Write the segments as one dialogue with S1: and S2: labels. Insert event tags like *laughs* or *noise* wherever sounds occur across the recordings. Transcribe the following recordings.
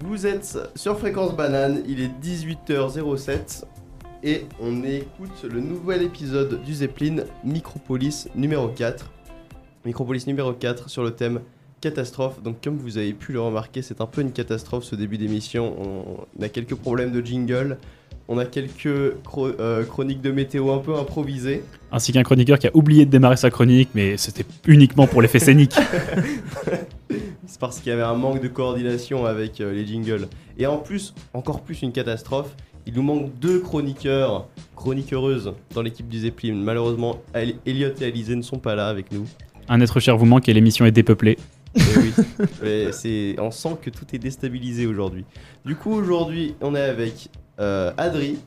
S1: Vous êtes sur Fréquence Banane, il est 18h07 et on écoute le nouvel épisode du Zeppelin Micropolis numéro 4. Micropolis numéro 4 sur le thème catastrophe. Donc comme vous avez pu le remarquer, c'est un peu une catastrophe ce début d'émission. On a quelques problèmes de jingle, on a quelques chro- euh, chroniques de météo un peu improvisées.
S2: Ainsi qu'un chroniqueur qui a oublié de démarrer sa chronique, mais c'était uniquement pour l'effet *laughs* scénique.
S1: C'est parce qu'il y avait un manque de coordination avec euh, les jingles. Et en plus, encore plus une catastrophe, il nous manque deux chroniqueurs, chroniqueuses dans l'équipe du Zeppelin. Malheureusement, El- Elliot et Alizé ne sont pas là avec nous.
S2: Un être cher vous manque et l'émission est dépeuplée.
S1: Eh oui, Mais c'est, on sent que tout est déstabilisé aujourd'hui. Du coup, aujourd'hui, on est avec euh, Adri,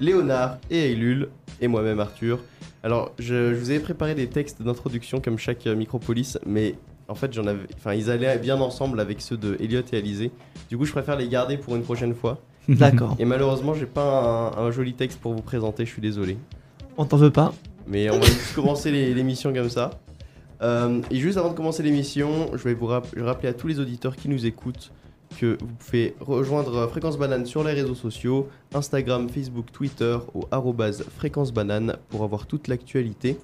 S1: Léonard et Ailul, et moi-même Arthur. Alors, je, je vous ai préparé des textes d'introduction comme chaque euh, Micropolis, mais en fait, j'en avais, enfin, ils allaient bien ensemble avec ceux de Elliot et Alizé. Du coup, je préfère les garder pour une prochaine fois.
S3: D'accord.
S1: Et malheureusement, j'ai pas un, un joli texte pour vous présenter, je suis désolé.
S3: On t'en veut pas.
S1: Mais on va juste *laughs* commencer les- l'émission comme ça. Euh, et juste avant de commencer l'émission, je vais vous rapp- rappeler à tous les auditeurs qui nous écoutent que vous pouvez rejoindre euh, Fréquence Banane sur les réseaux sociaux, Instagram, Facebook, Twitter au arrobase Fréquence Banane pour avoir toute l'actualité.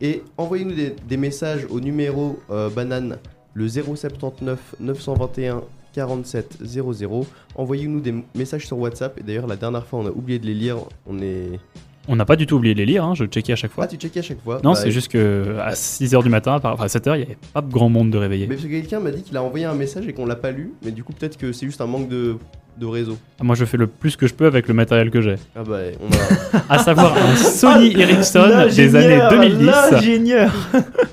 S1: Et envoyez-nous des, des messages au numéro euh, banane le 079 921 47 00. Envoyez-nous des m- messages sur WhatsApp. Et d'ailleurs, la dernière fois, on a oublié de les lire. On est...
S2: On n'a pas du tout oublié de les lire, hein, je checkais à chaque fois.
S1: Ah, tu checkais à chaque fois
S2: non,
S1: Bah,
S2: c'est juste que à 6h du matin, par- enfin à 7h, il n'y avait pas grand monde de réveillés.
S1: Mais parce que quelqu'un m'a dit qu'il a envoyé un message et qu'on l'a pas lu, mais du coup peut-être que c'est juste un manque de, de réseau.
S2: Ah, Moi, je fais le plus que je peux avec le matériel que j'ai.
S1: Ah bah on a...
S2: À savoir *laughs* un Sony Ericsson des années
S3: L'ingénieur,
S2: 2010.
S3: L'ingénieur.
S1: *laughs*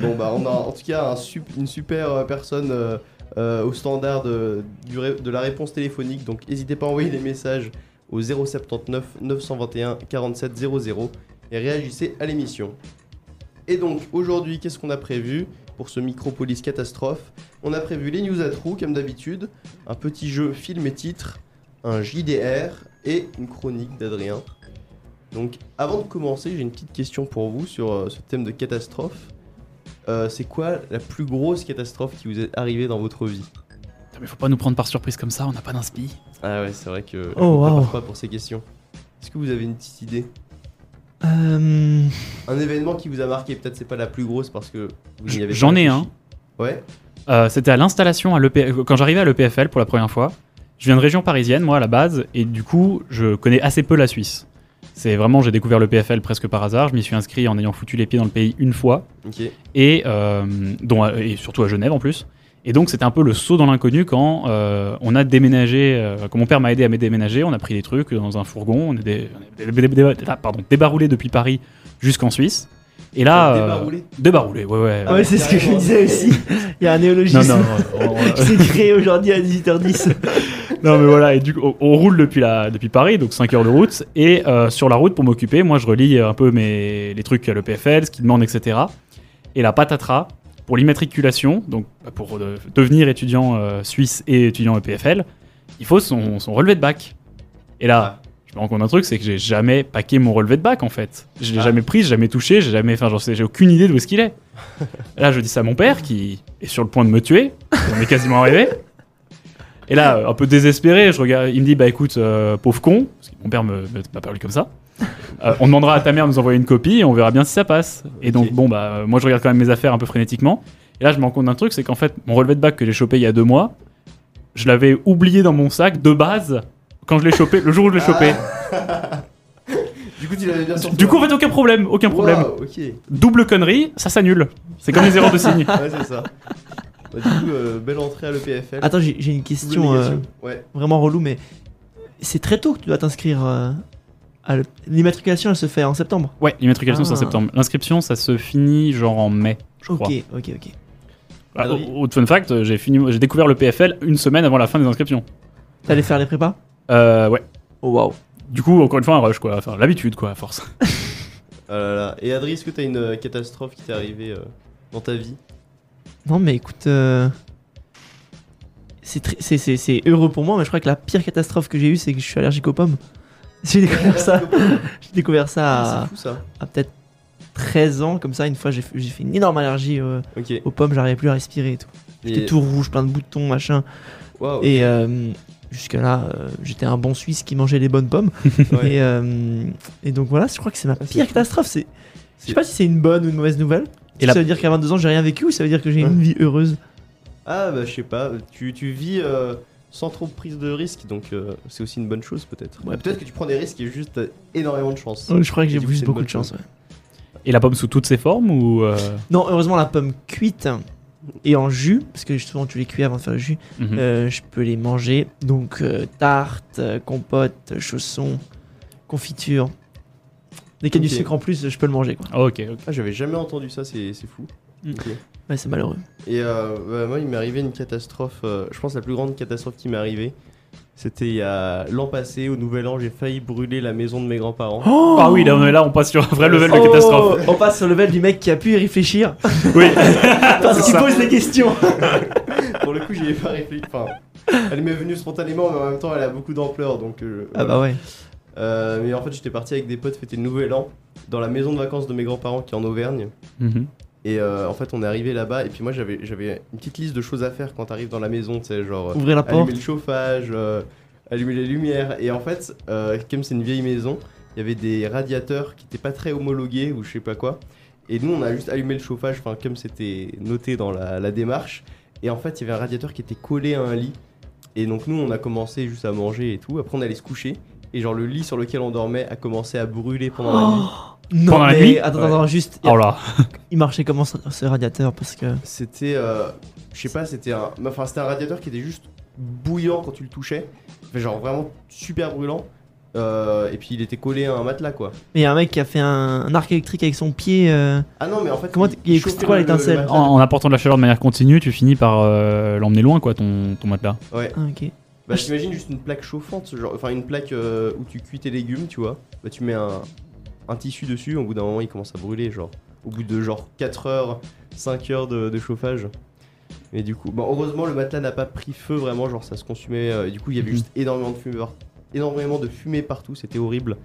S1: bon bah on a en tout cas un sup- une super euh, personne euh, euh, au standard de, du ré- de la réponse téléphonique, donc n'hésitez pas à envoyer des messages au 079 921 47 00 et réagissez à l'émission. Et donc aujourd'hui qu'est-ce qu'on a prévu pour ce Micropolis Catastrophe On a prévu les news à trous comme d'habitude, un petit jeu film et titre, un JDR et une chronique d'Adrien. Donc avant de commencer, j'ai une petite question pour vous sur euh, ce thème de catastrophe. Euh, c'est quoi la plus grosse catastrophe qui vous est arrivée dans votre vie
S2: Putain, Mais faut pas nous prendre par surprise comme ça, on n'a pas d'inspi.
S1: Ah ouais, c'est vrai que je
S3: Oh,
S1: me prépare
S3: waouh.
S1: pas pour ces questions. Est-ce que vous avez une petite idée
S3: Euh,
S1: Un événement qui vous a marqué, peut-être c'est pas la plus grosse parce que vous n'y avez
S2: J'en
S1: pas
S2: ai un.
S1: réfléchi. Ouais,
S2: Euh, c'était à l'installation à l'EP... euh, quand j'arrivais à l'EPFL pour la première fois. Je viens de région parisienne, moi, à la base, et du coup, je connais assez peu la Suisse. C'est vraiment, j'ai découvert l'EPFL presque par hasard. Je m'y suis inscrit en ayant foutu les pieds dans le pays une fois,
S1: ok.
S2: et, euh, dont, et surtout à Genève en plus. Et donc, c'était un peu le saut dans l'inconnu quand euh, on a déménagé, euh, quand mon père m'a aidé à me déménager, on a pris des trucs dans un fourgon, on a dé- on a dé- dé- dé- ah, pardon, débarroulé depuis Paris jusqu'en Suisse. Et
S1: Ah,
S2: là. euh,
S1: Débarroulé.
S2: débarroulé, ouais, ouais.
S3: Ah ouais, c'est ce que je disais aussi. Il y a un
S2: Non,
S3: néologisme
S2: non, on- on-
S3: *laughs* qui s'est créé aujourd'hui à 18h10.
S2: Non mais voilà, et du coup, on- on roule depuis, la, depuis Paris, donc 5 heures de route, et euh, sur la route, pour m'occuper, moi je relis un peu mes, les trucs à l'EPFL, ce qu'ils demandent, etc. Et la patatras, pour l'immatriculation, donc bah, pour euh, devenir étudiant euh, suisse et étudiant EPFL, il faut son,
S1: Mm.
S2: son relevé de bac. Et là, je me rends compte d'un truc, c'est que j'ai jamais paqué mon relevé de bac en fait. Je l'ai
S1: Ah.
S2: jamais pris, j'ai jamais touché, j'ai jamais, enfin j'en sais, j'ai aucune idée d'où
S1: *laughs*
S2: est-ce qu'il est. là, je dis ça à mon père qui est sur le point de me tuer. On est quasiment arrivé. Et là, euh, un peu désespéré, je regarde, il me dit bah écoute, euh, pauvre con, parce que mon père me me- m'a parlé comme ça. Euh, on demandera à ta mère de nous envoyer une copie et on verra bien si ça passe. Et donc
S1: Ok.
S2: bon bah euh, moi je regarde quand même mes affaires un peu frénétiquement. Et là, je me rends compte d'un truc, c'est qu'en fait mon relevé de bac que j'ai chopé il y a deux mois, je l'avais oublié dans mon sac de base quand je l'ai chopé, le jour où je l'ai chopé.
S1: Du coup, tu l'avais
S3: Ah,
S1: bien sur
S2: Du
S1: toi.
S2: coup, en fait, aucun problème, aucun problème.
S1: Waouh, ok.
S2: Double connerie, ça s'annule. C'est comme les erreurs de
S3: *laughs*
S2: signe.
S1: Ouais, c'est ça. Bah, du coup, euh, belle entrée à l'EPFL.
S3: Attends, j'ai j'ai une question euh,
S1: Obligation. Ouais.
S3: vraiment relou, mais c'est très tôt que tu dois t'inscrire. euh, à le- L'immatriculation, elle se fait en septembre.
S2: Ouais, l'immatriculation, c'est en
S3: Ah.
S2: septembre. L'inscription, ça se finit genre en mai, je crois.
S3: Ok, ok, ok.
S2: Ah,
S1: Adri-
S2: au- Autre fun fact, j'ai fini, j'ai découvert le PFL une semaine avant la fin des inscriptions.
S3: T'allais faire les prépas
S2: Euh, ouais.
S3: Oh waouh.
S2: Du coup, encore une fois, un rush, quoi. Enfin, l'habitude, quoi, à force.
S1: Ah là là. Et Adri, est-ce que t'as une euh, catastrophe qui t'est arrivée euh, dans ta vie
S3: Non, mais écoute, euh, c'est tr- c'est- c'est- c'est heureux pour moi, mais je crois que la pire catastrophe que j'ai eue, c'est que je suis allergique aux pommes. *laughs* J'ai découvert ça, j'ai découvert ça
S1: Ah,
S3: à,
S1: C'est fou ça.
S3: à peut-être 13 ans, comme ça. Une fois, j'ai f- j'ai fait une énorme allergie euh,
S1: Ok.
S3: aux pommes, j'arrivais plus à respirer et tout. J'étais
S1: Et- Ah,
S3: tout rouge, plein de boutons, machin.
S1: Waouh.
S3: Et euh, jusqu'à là, euh, j'étais un bon Suisse qui mangeait les bonnes pommes.
S1: *laughs* Ouais. Ah,
S3: Et, euh, et donc voilà, je crois que c'est ma
S1: c'est
S3: pire
S1: fou.
S3: catastrophe. C'est, je sais pas si c'est une bonne ou une mauvaise nouvelle.
S2: Et
S3: Et
S2: la-
S3: Ça veut dire qu'à 22 ans, j'ai rien vécu ou ça veut dire que j'ai
S1: Ouais.
S3: une vie heureuse
S1: Ah bah je sais pas, tu, tu vis euh, sans trop de prise de risque, donc euh, c'est aussi une bonne chose peut-être.
S3: Ouais,
S1: Mais peut-être que tu prends des risques et juste euh, énormément de chance.
S3: Euh, Je crois que j'ai
S1: Et du coup, c'est
S3: juste
S1: une
S3: beaucoup
S1: bonne
S3: de chance. ouais.
S2: Et la pomme sous toutes ses formes ou. euh,
S3: Non, heureusement, la pomme cuite et en jus, parce que souvent tu les cuis avant de faire le jus,
S1: Mm.
S2: mhm.
S3: euh, je peux les manger. Donc euh, tarte, euh, compote, chaussons, confiture. Dès qu'il y a
S1: Ok.
S3: du sucre en plus, je peux le manger. Quoi.
S2: Ah, ok, ok.
S1: Ah j'avais jamais entendu ça, c'est c'est fou.
S2: Mm.
S1: Ok.
S3: Ouais, c'est malheureux.
S1: Et euh, bah, moi, il m'est arrivé une catastrophe. euh, je pense la plus grande catastrophe qui m'est arrivée, c'était il y a l'an passé, au Nouvel An, j'ai failli brûler la maison de mes
S3: *laughs*
S1: grands-parents.
S2: Ah oui, là on, est là, on passe sur un vrai level de
S3: Oh,
S2: catastrophe.
S3: On passe sur le level du mec qui a pu
S2: *laughs*
S3: y réfléchir
S2: Oui.
S3: *laughs* parce qu'il
S2: ça.
S3: pose des questions.
S1: Pour le coup, j'y ai pas réfléchi. Enfin, elle m'est venue spontanément, mais en même temps, elle a beaucoup d'ampleur. Donc, euh,
S3: Ah
S1: voilà.
S3: bah ouais.
S1: Euh, mais en fait, j'étais parti avec des potes fêter le Nouvel An dans la maison de vacances de mes grands-parents qui est en Auvergne.
S2: Mhm.
S1: Et euh, en fait, on est arrivé là-bas. Et puis moi, j'avais j'avais une petite liste de choses à faire quand t'arrives dans la maison, tu sais, genre euh,
S3: Ouvrir la porte.
S1: allumer le chauffage, euh, allumer les lumières. Et en fait, euh, comme c'est une vieille maison, il y avait des radiateurs qui étaient pas très homologués ou je sais pas quoi. Et nous, on a juste allumé le chauffage, enfin comme c'était noté dans la, la démarche. Et en fait, il y avait un radiateur qui était collé à un lit. Et donc nous, on a commencé juste à manger et tout. Après, on allait se coucher. Et genre le lit sur lequel on dormait a commencé à brûler pendant
S3: Oh
S1: la nuit.
S3: non
S2: Pendant la
S3: mais
S2: nuit
S3: attends, attends, juste.
S2: Oh là.
S3: Il marchait comment ce ce radiateur parce que.
S1: C'était, euh, je sais pas, c'était un, enfin c'était un radiateur qui était juste bouillant quand tu le touchais, Enfin, genre vraiment super brûlant. Euh, et puis il était collé à un matelas quoi.
S3: Mais il y a un mec qui a fait un, un arc électrique avec son pied. euh,
S1: Ah non mais en fait.
S3: Comment t- il
S1: chauffait
S3: existe quoi,
S1: le-
S3: l'étincelle
S1: le
S2: En,
S1: matelas.
S2: en apportant de la chaleur de manière continue, tu finis par euh, l'emmener loin, quoi, ton, ton matelas.
S1: Ouais.
S3: Ah, ok.
S1: Bah j'imagine juste une plaque chauffante, genre enfin une plaque euh, où tu cuis tes légumes, tu vois. Bah tu mets un, un tissu dessus, au bout d'un moment il commence à brûler genre. Au bout de genre 4 heures, 5 heures de, de chauffage. Et du coup, bah heureusement le matelas n'a pas pris feu vraiment, genre ça se consumait. euh, et du coup il y avait
S2: Mhm.
S1: juste énormément de fumée, par- énormément de fumée partout, c'était horrible.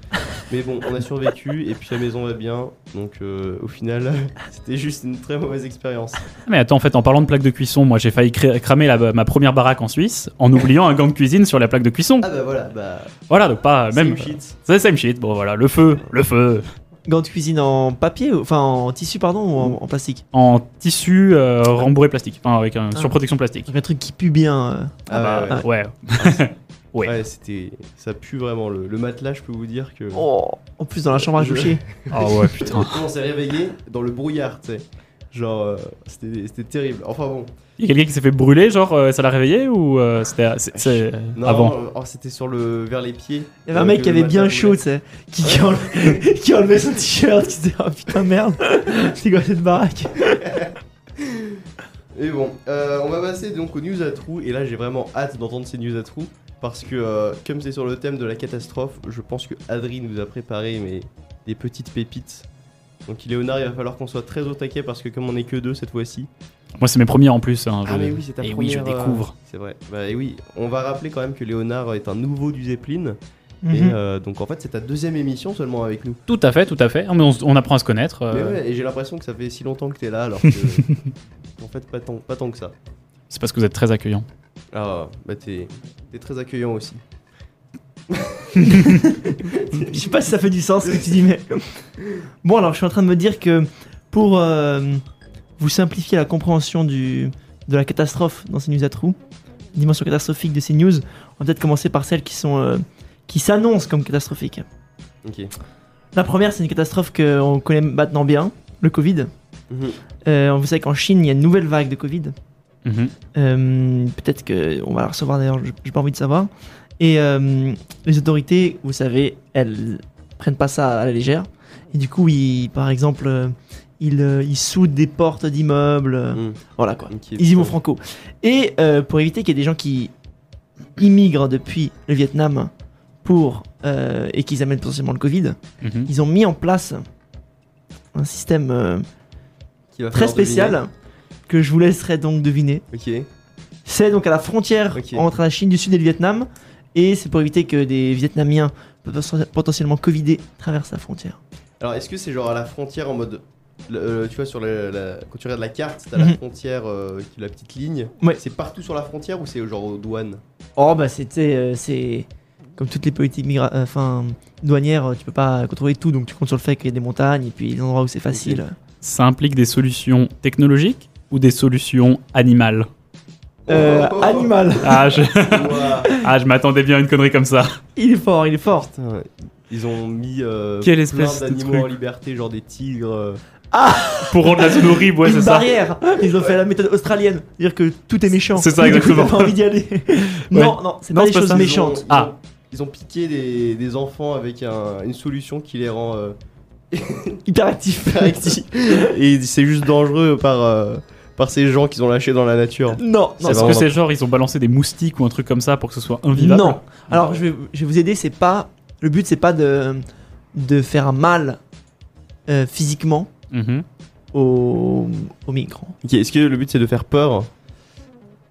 S1: Mais bon, on a survécu et puis la maison va bien. Donc euh, au final, *laughs* c'était juste une très mauvaise expérience.
S2: Ah, Mais attends, en fait, en parlant de plaque de cuisson, moi j'ai failli cré- cramer la- ma première baraque en Suisse en oubliant un gant de cuisine sur la plaque de cuisson.
S1: Ah bah voilà, bah
S2: Voilà, donc pas même.
S1: same shit.
S2: C'est same shit. Bon voilà, le feu, le feu.
S3: Gant de cuisine en papier, ou- enfin en tissu pardon ou en, en plastique.
S2: En tissu euh, rembourré plastique, enfin avec un
S3: Ah.
S2: surprotection plastique.
S3: Donc un truc qui pue bien. euh.
S1: Ah, ouais, ouais.
S2: Ah, ouais. Ouais.
S1: Ouais, c'était. Ça pue vraiment. Le, le matelas, je peux vous dire que.
S3: Oh, en plus dans la chambre à
S1: Je-
S3: coucher.
S2: Ah ouais, putain.
S1: on s'est réveillé dans le brouillard, tu sais. Genre, euh, c'était c'était terrible. Enfin bon.
S2: Y a quelqu'un qui s'est fait brûler, genre euh, ça l'a réveillé ou euh, c'était c'est- c'est, euh,
S1: Ah, Non,
S2: avant
S1: euh, oh, c'était sur le. vers les pieds.
S3: Il y avait un mec qui avait bien chaud, tu sais, qui,
S1: *laughs*
S3: qui, enle- qui enlevait son t-shirt, qui se disait oh putain merde, *laughs* c'est quoi cette baraque
S1: Et bon, euh, on va passer donc aux news à trous. Et là, j'ai vraiment hâte d'entendre ces news à trous. Parce que, euh, comme c'est sur le thème de la catastrophe, je pense que Adri nous a préparé mais, des petites pépites. Donc, Léonard, il va falloir qu'on soit très au taquet parce que, comme on est que deux cette fois-ci,
S2: Moi c'est mes premiers en plus. hein,
S1: Ah
S2: je-
S1: mais oui, c'est ta
S2: Et oui, je
S1: première. euh,
S2: découvre.
S1: C'est vrai. Bah et oui, on va rappeler quand même que Léonard est un nouveau du Zeppelin. Et
S3: Mhm.
S1: euh, donc en fait, c'est ta deuxième émission seulement avec nous.
S2: Tout à fait, tout à fait. Ah, mais on, s- on apprend à se connaître. euh,
S1: Mais ouais, et j'ai l'impression que ça fait si longtemps que t'es là, alors *laughs* que en fait pas tant, pas tant que ça.
S2: C'est parce que vous êtes très accueillant.
S1: Ah bah t'es t'es très accueillant aussi.
S3: *laughs* Je sais pas si ça fait du sens ce que tu dis, mais. *laughs* Bon, alors je suis en train de me dire que pour euh, vous simplifier la compréhension du, de la catastrophe dans ces news à trous, dimension catastrophique de ces news, on va peut-être commencer par celles qui sont. euh, qui s'annoncent comme catastrophiques.
S1: Ok.
S3: La première, c'est une catastrophe qu'on connaît maintenant bien, le Covid.
S1: Mhm.
S3: Euh, vous savez qu'en Chine, il y a une nouvelle vague de Covid.
S2: Mhm.
S3: Euh, peut-être que on va la recevoir d'ailleurs, j- j'ai pas envie de savoir. Et euh, les autorités, vous savez, elles prennent pas ça à la légère. Et du coup, ils, par exemple, euh, ils, euh, ils soudent des portes d'immeubles. euh,
S1: Mhm.
S3: Voilà quoi.
S1: Ok,
S3: Ils y vont
S1: putain.
S3: franco. Et euh, pour éviter qu'il y ait des gens qui immigrent depuis le Vietnam pour, euh, et qu'ils amènent potentiellement le Covid,
S2: Mhm.
S3: ils ont mis en place un système euh,
S1: Qu'il va
S3: très
S1: falloir
S3: spécial que je vous laisserai donc deviner.
S1: deviner. Ok.
S3: C'est donc à la frontière
S1: Ok.
S3: entre la Chine du Sud et le Vietnam. Et c'est pour éviter que des Vietnamiens potent- potentiellement Covidés traversent la frontière.
S1: Alors est-ce que c'est genre à la frontière en mode le- euh, tu vois, sur la, la- quand tu regardes la carte, t'as la
S3: Mhm.
S1: frontière, euh, qui- la petite ligne.
S3: Ouais.
S1: C'est partout sur la frontière ou c'est genre aux douanes
S3: Oh bah c'était euh, c'est comme toutes les politiques migra- euh, enfin douanières, euh, tu peux pas contrôler tout donc tu comptes sur le fait qu'il y a des montagnes et puis des endroits où c'est facile.
S2: Ça implique des solutions technologiques ou des solutions animales
S3: Euh,
S1: Oh. *laughs*
S3: Animal.
S2: Ah, je, *laughs*
S1: Ouah.
S2: ah, je m'attendais bien à une connerie comme ça.
S3: Il est fort, il est fort.
S1: Putain, Ils ont mis euh,
S2: Quelle
S1: plein
S2: espèce de
S1: d'animaux en
S2: truc
S1: liberté, genre des tigres. euh.
S2: Pour rendre la zone horrible, ouais,
S3: Une
S2: c'est ça.
S3: barrière. Ils ont fait la méthode australienne, dire que tout est méchant.
S2: C'est ça,
S3: Du coup,
S2: exactement.
S3: T'as pas envie d'y aller. Non, non, c'est
S2: Non,
S3: pas
S2: c'est pas
S3: des choses
S2: ça.
S1: Ils ont-
S3: méchantes.
S1: ils ont-
S2: Ah.
S1: Ils ont piqué des, des enfants avec un- une solution qui les rend euh,
S3: Hyperactif.
S1: hyperactifs. Et c'est juste dangereux par, euh, par ces gens qu'ils ont lâchés dans la nature.
S3: Non, non,
S1: C'est
S2: Est-ce
S1: vraiment
S2: que c'est genre, ils ont balancé des moustiques ou un truc comme ça pour que ce soit invivable
S3: Non. Alors je vais, je vais vous aider, c'est pas le but c'est pas de de faire mal euh, physiquement
S2: Mhm.
S3: aux, aux migrants.
S1: Ok, Est-ce que le but c'est de faire peur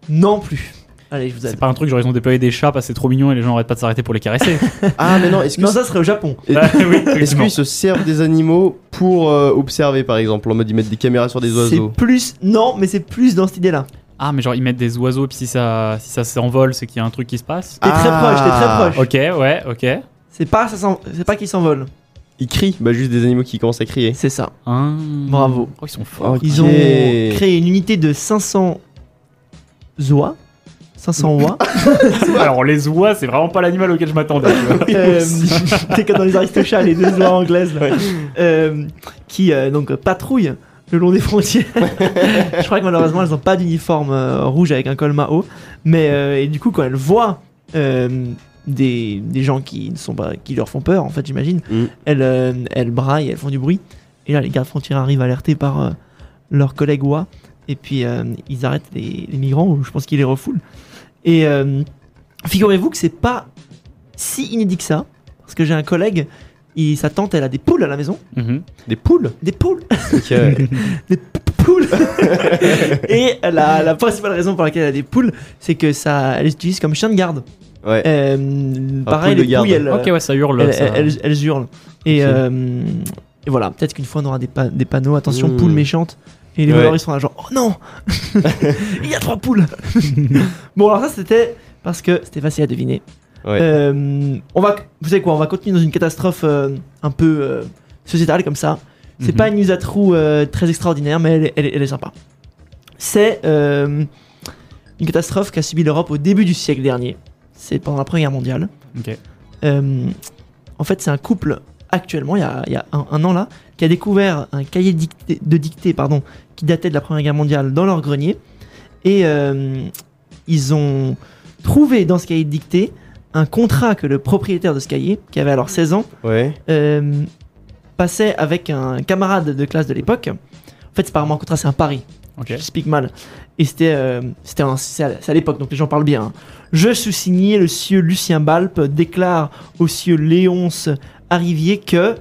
S3: Non plus. Allez, je vous aide.
S2: C'est pas un truc, genre, ils ont déployé des chats parce que c'est trop mignon et les gens arrêtent pas de s'arrêter pour
S1: *laughs*
S2: les caresser.
S1: Ah, mais non, est-ce que
S3: Non, ça serait au Japon.
S2: Ah,
S1: *laughs*
S2: oui,
S1: Est-ce
S2: effectivement.
S1: qu'ils se servent des animaux pour euh, observer, par exemple, en mode ils mettent des caméras sur des oiseaux
S3: C'est plus non, mais c'est plus dans cette idée-là.
S2: Ah, mais genre, ils mettent des oiseaux, puis si ça, si ça s'envole, c'est qu'il y a un truc qui se passe.
S3: T'es très
S1: Ah.
S3: proche, t'es très proche.
S2: Ok, ouais, ok.
S3: C'est pas ça s'en- c'est pas qu'ils s'envolent.
S1: Ils crient Bah, juste des animaux qui commencent à crier.
S3: C'est ça.
S2: Ah.
S3: Bravo.
S2: Oh, ils sont forts.
S1: Ok.
S3: Ils ont créé une unité de 500 zoas. 500 oies.
S2: Alors, les oies, c'est vraiment pas l'animal auquel je m'attendais. tu
S1: *laughs*
S2: vois.
S3: Euh, *laughs* T'es comme dans les Aristochats, les deux oies anglaises là. Euh, qui euh, donc patrouillent le long des frontières. Je crois que malheureusement elles n'ont pas d'uniforme euh, rouge avec un col Mao, mais euh, et du coup quand elles voient euh, des, des gens qui ne sont pas qui leur font peur en fait j'imagine,
S1: Mm.
S3: elles euh, elles braillent, elles font du bruit et là les gardes frontières arrivent alertés par euh, leurs collègues oies et puis euh, ils arrêtent les, les migrants ou je pense qu'ils les refoulent et euh, figurez-vous que c'est pas si inédit que ça parce que j'ai un collègue il, sa tante elle a des poules à la maison
S2: Mhm.
S1: Des poules
S3: des poules *laughs*
S1: Ok.
S2: *laughs*
S3: des p-
S1: *laughs*
S3: poules et la, la principale raison pour laquelle elle a des poules c'est que ça elle les utilise comme chien de garde
S1: Ouais.
S3: Euh,
S1: Ah,
S3: pareil
S1: poule de
S3: les
S1: garde.
S3: poules elles,
S2: Ok, ouais, ça hurle.
S3: elles,
S2: ça-
S3: elles- elles hurlent et,
S1: Ok.
S3: euh, et voilà peut-être qu'une fois on aura des, pa- des panneaux attention
S1: Mmh.
S3: poules méchantes et les
S1: Ouais.
S3: voleurs ils sont là genre
S1: *laughs*
S3: oh non *laughs* il y a trois poules bon alors ça c'était parce que c'était facile à deviner
S1: Ouais.
S3: euh, on va, vous savez quoi, on va continuer dans une catastrophe euh, un peu euh, sociétale comme ça. C'est
S2: Mhm.
S3: pas une news à trous euh, très extraordinaire, mais elle, est- elle est- elle est sympa. C'est euh, une catastrophe qu'a subie l'Europe au début du siècle dernier. C'est pendant la Première Guerre mondiale.
S2: Ok.
S3: Euh, en fait, c'est un couple actuellement, il y a, il y a un, un an là, qui a découvert un cahier de dictée, de dictée, pardon, qui datait de la Première Guerre mondiale dans leur grenier. Et euh, ils ont trouvé dans ce cahier de dictée un contrat que le propriétaire de ce cahier, qui avait alors 16 ans,
S1: Ouais.
S3: euh, passait avec un camarade de classe de l'époque. En fait, c'est pas vraiment un contrat, c'est un pari.
S2: Ok.
S3: Je speak mal. Et c'était, euh, c'était un- c'est à, c'est à l'époque, donc les gens parlent bien. hein. Je sous-signé, le sieur Lucien Balpe déclare au sieur Léonce Arrivier que,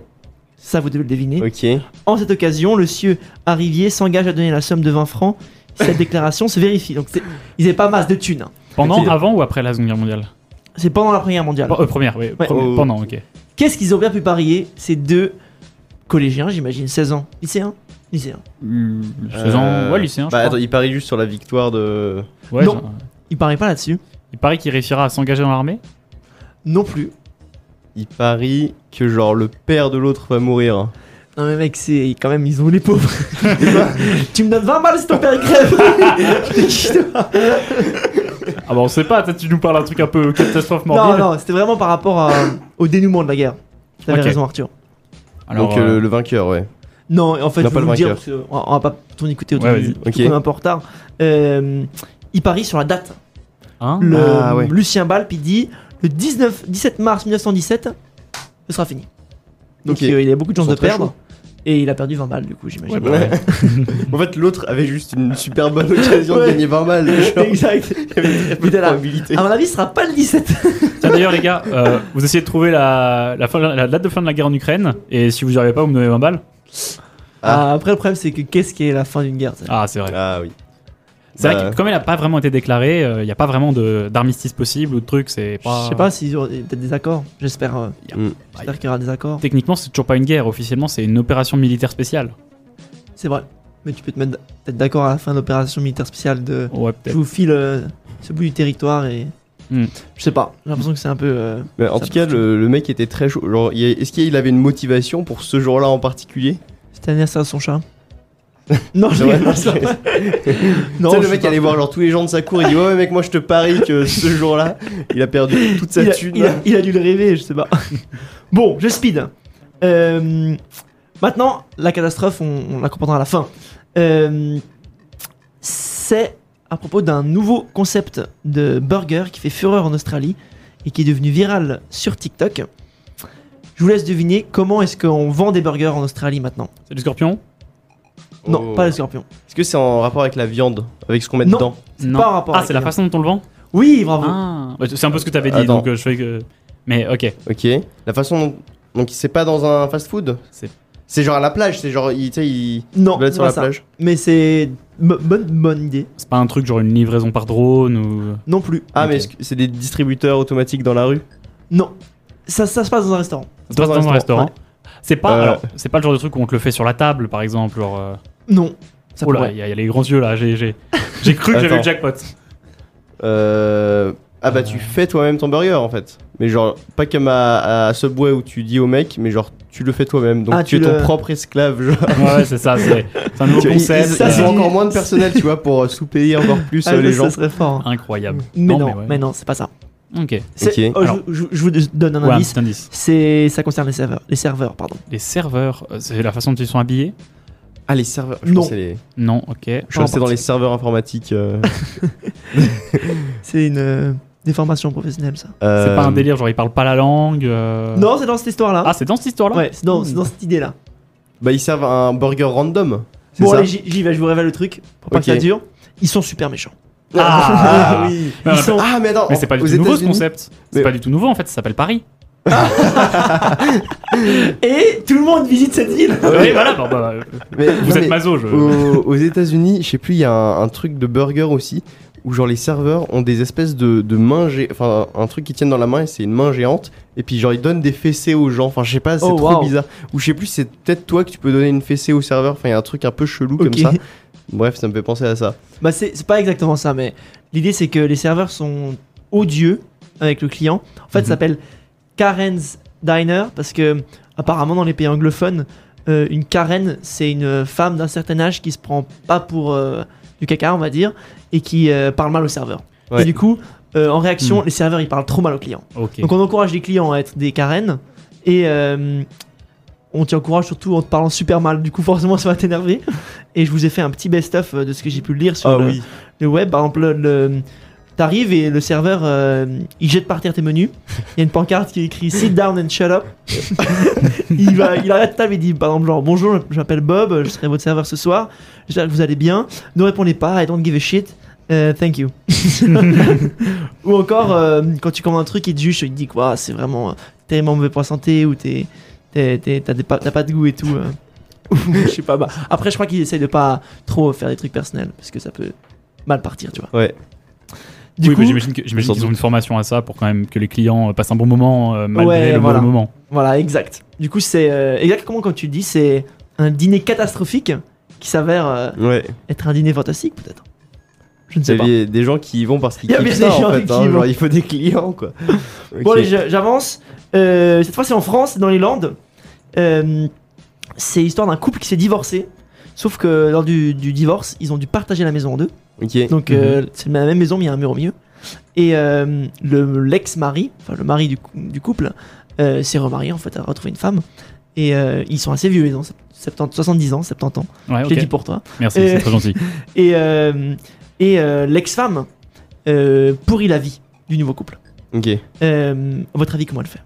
S3: ça vous devez le deviner,
S1: Ok.
S3: en cette occasion, le sieur Arrivier s'engage à donner la somme de 20 francs. si Cette déclaration se vérifie. Donc c'est- ils n'avaient pas masse de thunes. hein.
S2: Pendant,
S1: Ok.
S2: avant ou après la Seconde Guerre mondiale
S3: C'est pendant la Première Guerre mondiale.
S2: Bon, euh, Première, oui.
S3: Ah. Ouais.
S2: première,
S1: Oh.
S2: Pendant, ok.
S3: Qu'est-ce qu'ils ont bien pu parier Ces deux collégiens, j'imagine, 16 ans. Lycéens Lycéens. Euh,
S2: 16 ans, ouais, lycéen, hein, je
S1: Bah, attends,
S2: crois.
S1: il parie juste sur la victoire de.
S2: Ouais,
S3: non.
S2: genre, euh,
S3: Ils parient pas là-dessus.
S2: Il paraît qu'il réussira à s'engager dans l'armée
S3: Non plus.
S1: Il parie que, genre, le père de l'autre va mourir.
S3: Non mais mec, c'est quand même, ils ont
S1: *laughs*
S3: les pauvres. *laughs* tu me donnes 20 balles si ton père il crève. Je te jure.
S2: Ah bah on sait pas, peut-être tu nous parles d'un truc un peu catastrophe
S3: non,
S2: morbide.
S3: non, c'était vraiment par rapport à- au dénouement de la guerre. T'avais
S2: Ok.
S3: raison Arthur.
S2: Alors,
S1: Donc, euh,
S2: euh,
S1: le vainqueur, ouais.
S3: Non, en fait,
S1: Non,
S3: je
S1: pas
S3: vais
S1: le
S3: vous dire,
S1: vainqueur.
S3: parce que on on va pas tout écouter autour
S2: Ouais,
S3: du,
S2: vas-y.
S3: du
S1: Ok.
S3: premier peu tard. Euh, il parie sur la date.
S2: hein
S3: Le,
S1: Ah, ouais.
S3: Lucien Balp, il dit le 19, 17 mars 1917, ce sera fini. Donc
S1: Ok.
S3: euh, il a beaucoup de chances
S1: Ils sont
S3: de
S1: très
S3: perdre.
S1: chauds.
S3: Et il a perdu 20 balles du coup, j'imagine.
S2: Ouais, bah ouais.
S1: *laughs* En fait, l'autre avait juste une super bonne occasion
S3: Ouais.
S1: de gagner 20 balles. *laughs* Genre,
S3: *laughs* exact. Ah.
S1: il y avait très peu
S3: Mais
S1: de
S3: t'es là.
S1: probabilité.
S3: À mon avis, ce sera pas le 17.
S2: Tiens, d'ailleurs, les gars, euh, vous essayez de trouver la, la, fin- la date de fin de la guerre en Ukraine, et si vous n'y arrivez pas, vous me donnez 20 balles.
S1: Ah.
S3: Ah, après, le problème, c'est que qu'est-ce qui est la fin d'une guerre ça
S2: Ah, c'est vrai.
S1: Ah oui.
S2: C'est
S1: Bah,
S2: vrai que comme elle a pas vraiment été déclarée, il n'y a pas vraiment de- d'armistice possible ou de truc, c'est pas.
S3: Je sais pas s'ils auront peut-être des accords. J'espère euh,
S2: Y a-
S1: Ah. Mm.
S3: j'espère qu'il y aura des accords.
S2: Techniquement, c'est toujours pas une guerre. Officiellement, c'est une opération militaire spéciale.
S3: C'est vrai. Mais tu peux te mettre peut-être d'accord à la fin de l'opération militaire spéciale de
S2: Ouais,
S3: je
S2: peut-être.
S3: vous file euh, ce bout du territoire et.
S1: Mm.
S2: Hmm.
S3: Je sais pas, j'ai l'impression que c'est un peu. euh,
S1: Mais en
S3: Ça
S1: tout cas,
S3: peut-
S1: le, le mec était très chaud. Genre, il y a- Est-ce qu'il avait une motivation pour ce jour-là en particulier
S3: C'était un anniversaire de son
S1: *laughs*
S3: chat. non, je
S1: Ouais.
S3: rigole, non,
S1: *laughs*
S3: c'est vrai. Non,
S1: Tu sais,
S3: je
S1: le
S3: sais
S1: mec
S3: pas.
S1: allait voir genre tous les gens de sa cour. Il dit ouais, ouais, mec, moi je te parie que ce jour-là, il a
S3: *laughs*
S1: perdu toute sa
S3: il a,
S1: thune.
S3: il a- il a dû le rêver, je sais pas. *laughs* bon, je speed. Euh, maintenant, la catastrophe, on, on la comprendra à la fin. Euh, c'est à propos d'un nouveau concept de burger qui fait fureur en Australie et qui est devenu viral sur TikTok. Je vous laisse deviner comment est-ce qu'on vend des burgers en Australie maintenant.
S2: C'est du scorpion
S3: Non,
S1: Oh.
S3: pas le scorpion.
S1: Est-ce que c'est en rapport avec la viande, avec ce qu'on met
S3: Non.
S1: dedans
S2: Non.
S3: pas en rapport
S2: Ah,
S3: avec
S2: c'est la
S3: les gens.
S2: façon dont on le vend
S3: Oui, bravo.
S2: Ah. Bah, C'est un peu ce que t'avais dit,
S1: Attends.
S2: donc euh, je fais que. Mais ok.
S1: Ok. La façon dont. Donc c'est pas dans un fast-food
S2: C'est-
S1: C'est genre à la plage, c'est genre. il- Tu sais, il.
S3: non,
S1: balade
S3: c'est
S1: sur
S3: pas
S1: la
S3: ça.
S1: plage.
S3: Mais c'est bo- bonne, bonne idée.
S2: C'est pas un truc genre une livraison par drone ou.
S3: Non plus.
S1: Ah,
S2: Ok.
S1: mais est-ce que c'est des distributeurs automatiques dans la rue
S3: Non. Ça, ça se passe dans un restaurant.
S2: Ça se passe dans un restaurant. C'est pas,
S1: Euh.
S2: alors, c'est pas le genre de truc où on te le fait sur la table, par exemple. Genre, euh,
S3: Non. Ça
S2: oh là,
S3: pourrait.
S2: il y, a- il y a les grands yeux là. J'ai, j'ai, j'ai cru que j'avais le
S1: Attends.
S2: jackpot.
S1: Euh, Ah bah tu fais toi-même ton burger en fait. Mais genre pas comme à, à Subway où tu dis au mec, mais genre tu le fais toi-même. Donc
S3: Ah,
S1: tu,
S3: tu
S1: es ton
S3: le-
S1: propre esclave. Genre. *laughs*
S2: ouais, c'est ça. C'est, c'est un nouveau
S1: Ils-
S2: concept.
S1: ils-
S3: ça,
S2: euh,
S1: ils
S3: c'est
S1: ont
S3: du-
S1: encore moins de personnel, tu vois, pour euh, soupayer encore plus
S3: *laughs* Ah,
S1: euh,
S3: ça,
S1: les
S3: ça
S1: gens.
S3: serait fort.
S2: Incroyable.
S3: Mais non,
S2: ouais.
S3: mais non, c'est pas ça.
S2: Ok.
S3: C'est-
S1: Ok.
S3: oh, je-
S2: Alors-
S3: je, je vous donne un
S2: Ouais, un
S3: indice.
S2: petit indice.
S3: C'est, ça concerne les serveurs. Les serveurs, pardon.
S2: Les serveurs, euh, c'est la façon dont ils sont habillés
S1: Ah les serveurs. Je
S3: Non.
S1: pensais les-
S2: Non, ok.
S1: Je pensais dans les serveurs informatiques. euh,
S3: C'est une euh, déformation professionnelle, ça.
S2: C'est
S1: euh,
S2: pas un délire, genre ils parlent pas la langue. euh.
S3: Non, c'est dans cette histoire-là.
S2: Ah, c'est dans cette histoire-là
S3: ouais, c'est dans, c'est dans cette idée-là.
S1: Bah ils servent un burger random. C'est
S3: Bon,
S1: ça
S3: allez, j'y j'y vais, je vous révèle le truc pour pas
S1: Ok.
S3: que ça dure. Ils sont super méchants.
S2: Ah.
S1: Ah, oui.
S2: Mais,
S3: Ils sont-
S1: Ah mais attends.
S2: mais c'est pas du
S1: aux
S2: tout nouveau ce
S1: États-Unis-
S2: concept. C'est
S1: Mais-
S2: pas du tout nouveau en fait, ça s'appelle Paris.
S3: Et tout le monde visite cette île.
S2: Oui, voilà, bon, bah, euh,
S1: Mais- non,
S2: vous êtes
S1: mais-
S2: maso, je.
S1: aux, aux États-Unis, je sais plus, il y a un, un truc de burger aussi où genre les serveurs ont des espèces de, de mains, gé- enfin un truc qu'ils tiennent dans la main et c'est une main géante et puis genre ils donnent des fessées aux gens. Enfin je sais pas, c'est
S3: Oh,
S1: trop
S3: wow.
S1: bizarre. Ou je sais plus, c'est peut-être toi que tu peux donner une fessée au serveur. Enfin il y a un truc un peu chelou
S3: *laughs* Ok.
S1: comme ça. Bref, ça me fait penser à ça.
S3: Bah c'est c'est pas exactement ça, mais l'idée c'est que les serveurs sont odieux avec le client. En fait,
S2: Mhm.
S3: ça s'appelle Karen's Diner parce que apparemment dans les pays anglophones, euh, une Karen c'est une femme d'un certain âge qui se prend pas pour euh, du caca, on va dire, et qui euh, parle mal au serveur.
S1: Ouais.
S3: Et du coup, euh, en réaction,
S2: Mhm.
S3: les serveurs ils parlent trop mal au client.
S2: Ok.
S3: Donc on encourage les clients à être des Karen et euh, on t'y encourage surtout en te parlant super mal. Du coup, forcément, ça va t'énerver. Et je vous ai fait un petit best-of euh, de ce que j'ai pu lire sur
S1: Ah
S3: le,
S1: oui.
S3: le web. Par exemple, le- le- t'arrives et le serveur euh, il jette par terre tes menus. Il y a une pancarte qui est écrit Sit down and shut up. *laughs* il, va, il arrête la table et dit par exemple, genre, Bonjour, je m'appelle Bob, je serai votre serveur ce soir. J'espère que vous allez bien. Ne répondez pas, I don't give a shit. Euh, thank you. *laughs* Ou encore, euh, quand tu commandes un truc, il te juge, il te dit quoi, c'est vraiment euh, tellement mauvais pour la santé ou t'es, t'es- t'es- t'as, des pa- t'as pas de goût et tout. euh. *laughs* Ou je sais pas. bah, après, je crois qu'ils essayent de pas trop faire des trucs personnels parce que ça peut mal partir, tu vois.
S1: Ouais.
S3: Du
S2: oui,
S3: coup,
S2: mais j'imagine, que- j'imagine
S1: Sans
S2: qu'ils ont
S1: doute.
S2: une formation à ça pour quand même que les clients euh, passent un bon moment euh, malgré
S3: Ouais,
S2: le
S3: voilà.
S2: mauvais moment.
S3: voilà, exact. Du coup, c'est euh, exactement comme tu le dis, c'est un dîner catastrophique qui s'avère euh,
S1: Ouais.
S3: être un dîner fantastique, peut-être. Je ne
S1: Il
S3: sais
S1: y
S3: pas.
S1: avait des gens qui y vont parce qu'ils
S3: Il y avait
S1: kiffent
S3: des
S1: ça en
S3: gens
S1: fait.
S3: qui
S1: hein.
S3: y vont.
S1: Genre il faut des clients quoi.
S3: Bon,
S1: Ok.
S3: allez, je- j'avance. Euh, cette fois, c'est en France, dans les Landes. Euh, c'est l'histoire d'un couple qui s'est divorcé. Sauf que lors du, du divorce, ils ont dû partager la maison en deux.
S1: Ok.
S3: Donc, euh, c'est la même maison, mais il y a un mur au milieu. Et euh, le l'ex-mari, enfin le mari du, cou- du couple, euh, s'est remarié en fait, a retrouvé une femme. Et euh, ils sont assez vieux, ils ont 70, 70 ans, 70 ans.
S2: Ouais,
S3: Je
S2: Ah, ok.
S3: l'ai dit pour toi.
S2: Merci,
S3: Euh,
S2: c'est très gentil.
S3: Et, euh, et euh, l'ex-femme euh, pourrit la vie du nouveau couple.
S1: Ok.
S3: Euh, à votre avis, comment elle fait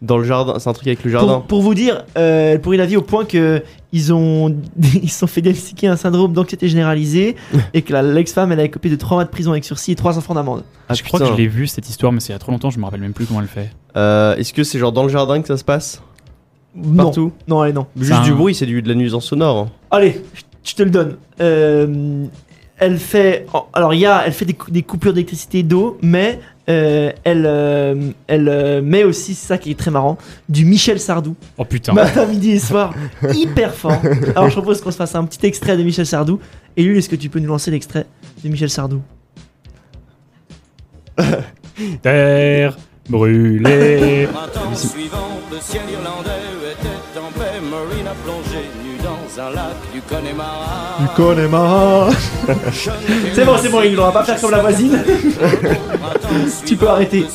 S1: Dans le jardin, c'est un truc avec le
S3: pour,
S1: jardin.
S3: pour vous dire, euh, elle pourrit la vie au point que ils ont *laughs* ils se sont fait diagnostiquer un syndrome d'anxiété généralisée et que la- l'ex-femme elle a écopé de 3 mois de prison avec sursis et 300 francs d'amende.
S1: Ah,
S2: je crois que
S1: putain.
S2: je l'ai vu cette histoire, mais c'est il y a trop longtemps, je me rappelle même plus comment elle fait.
S1: Euh, Est-ce que c'est genre dans le jardin que ça se passe
S3: Non,
S1: Partout
S3: non, allez non.
S1: Juste
S2: Ça-
S1: du bruit, c'est du de la nuisance sonore. hein.
S3: Allez, je- je te le donne. Euh, elle fait alors il y a elle fait des, cou- des coupures d'électricité et d'eau, mais euh, elle, euh, elle euh, met aussi, c'est ça qui est très marrant, du Michel Sardou,
S2: Oh
S1: Ah
S2: putain.
S3: matin, midi et soir, hyper fort. Alors je propose qu'on se fasse un petit extrait de Michel Sardou. Et Lul, est-ce que tu peux nous lancer l'extrait de Michel Sardou Bah-
S2: Terre
S3: *laughs*
S2: brûlée.
S4: Printemps suivant, le ciel irlandais était en paix. Marine a plongé nu dans un lac du Connemara.
S3: *laughs* C'est bon, c'est bon, il va pas faire comme la voisine. Tu peux arrêter.
S1: *laughs*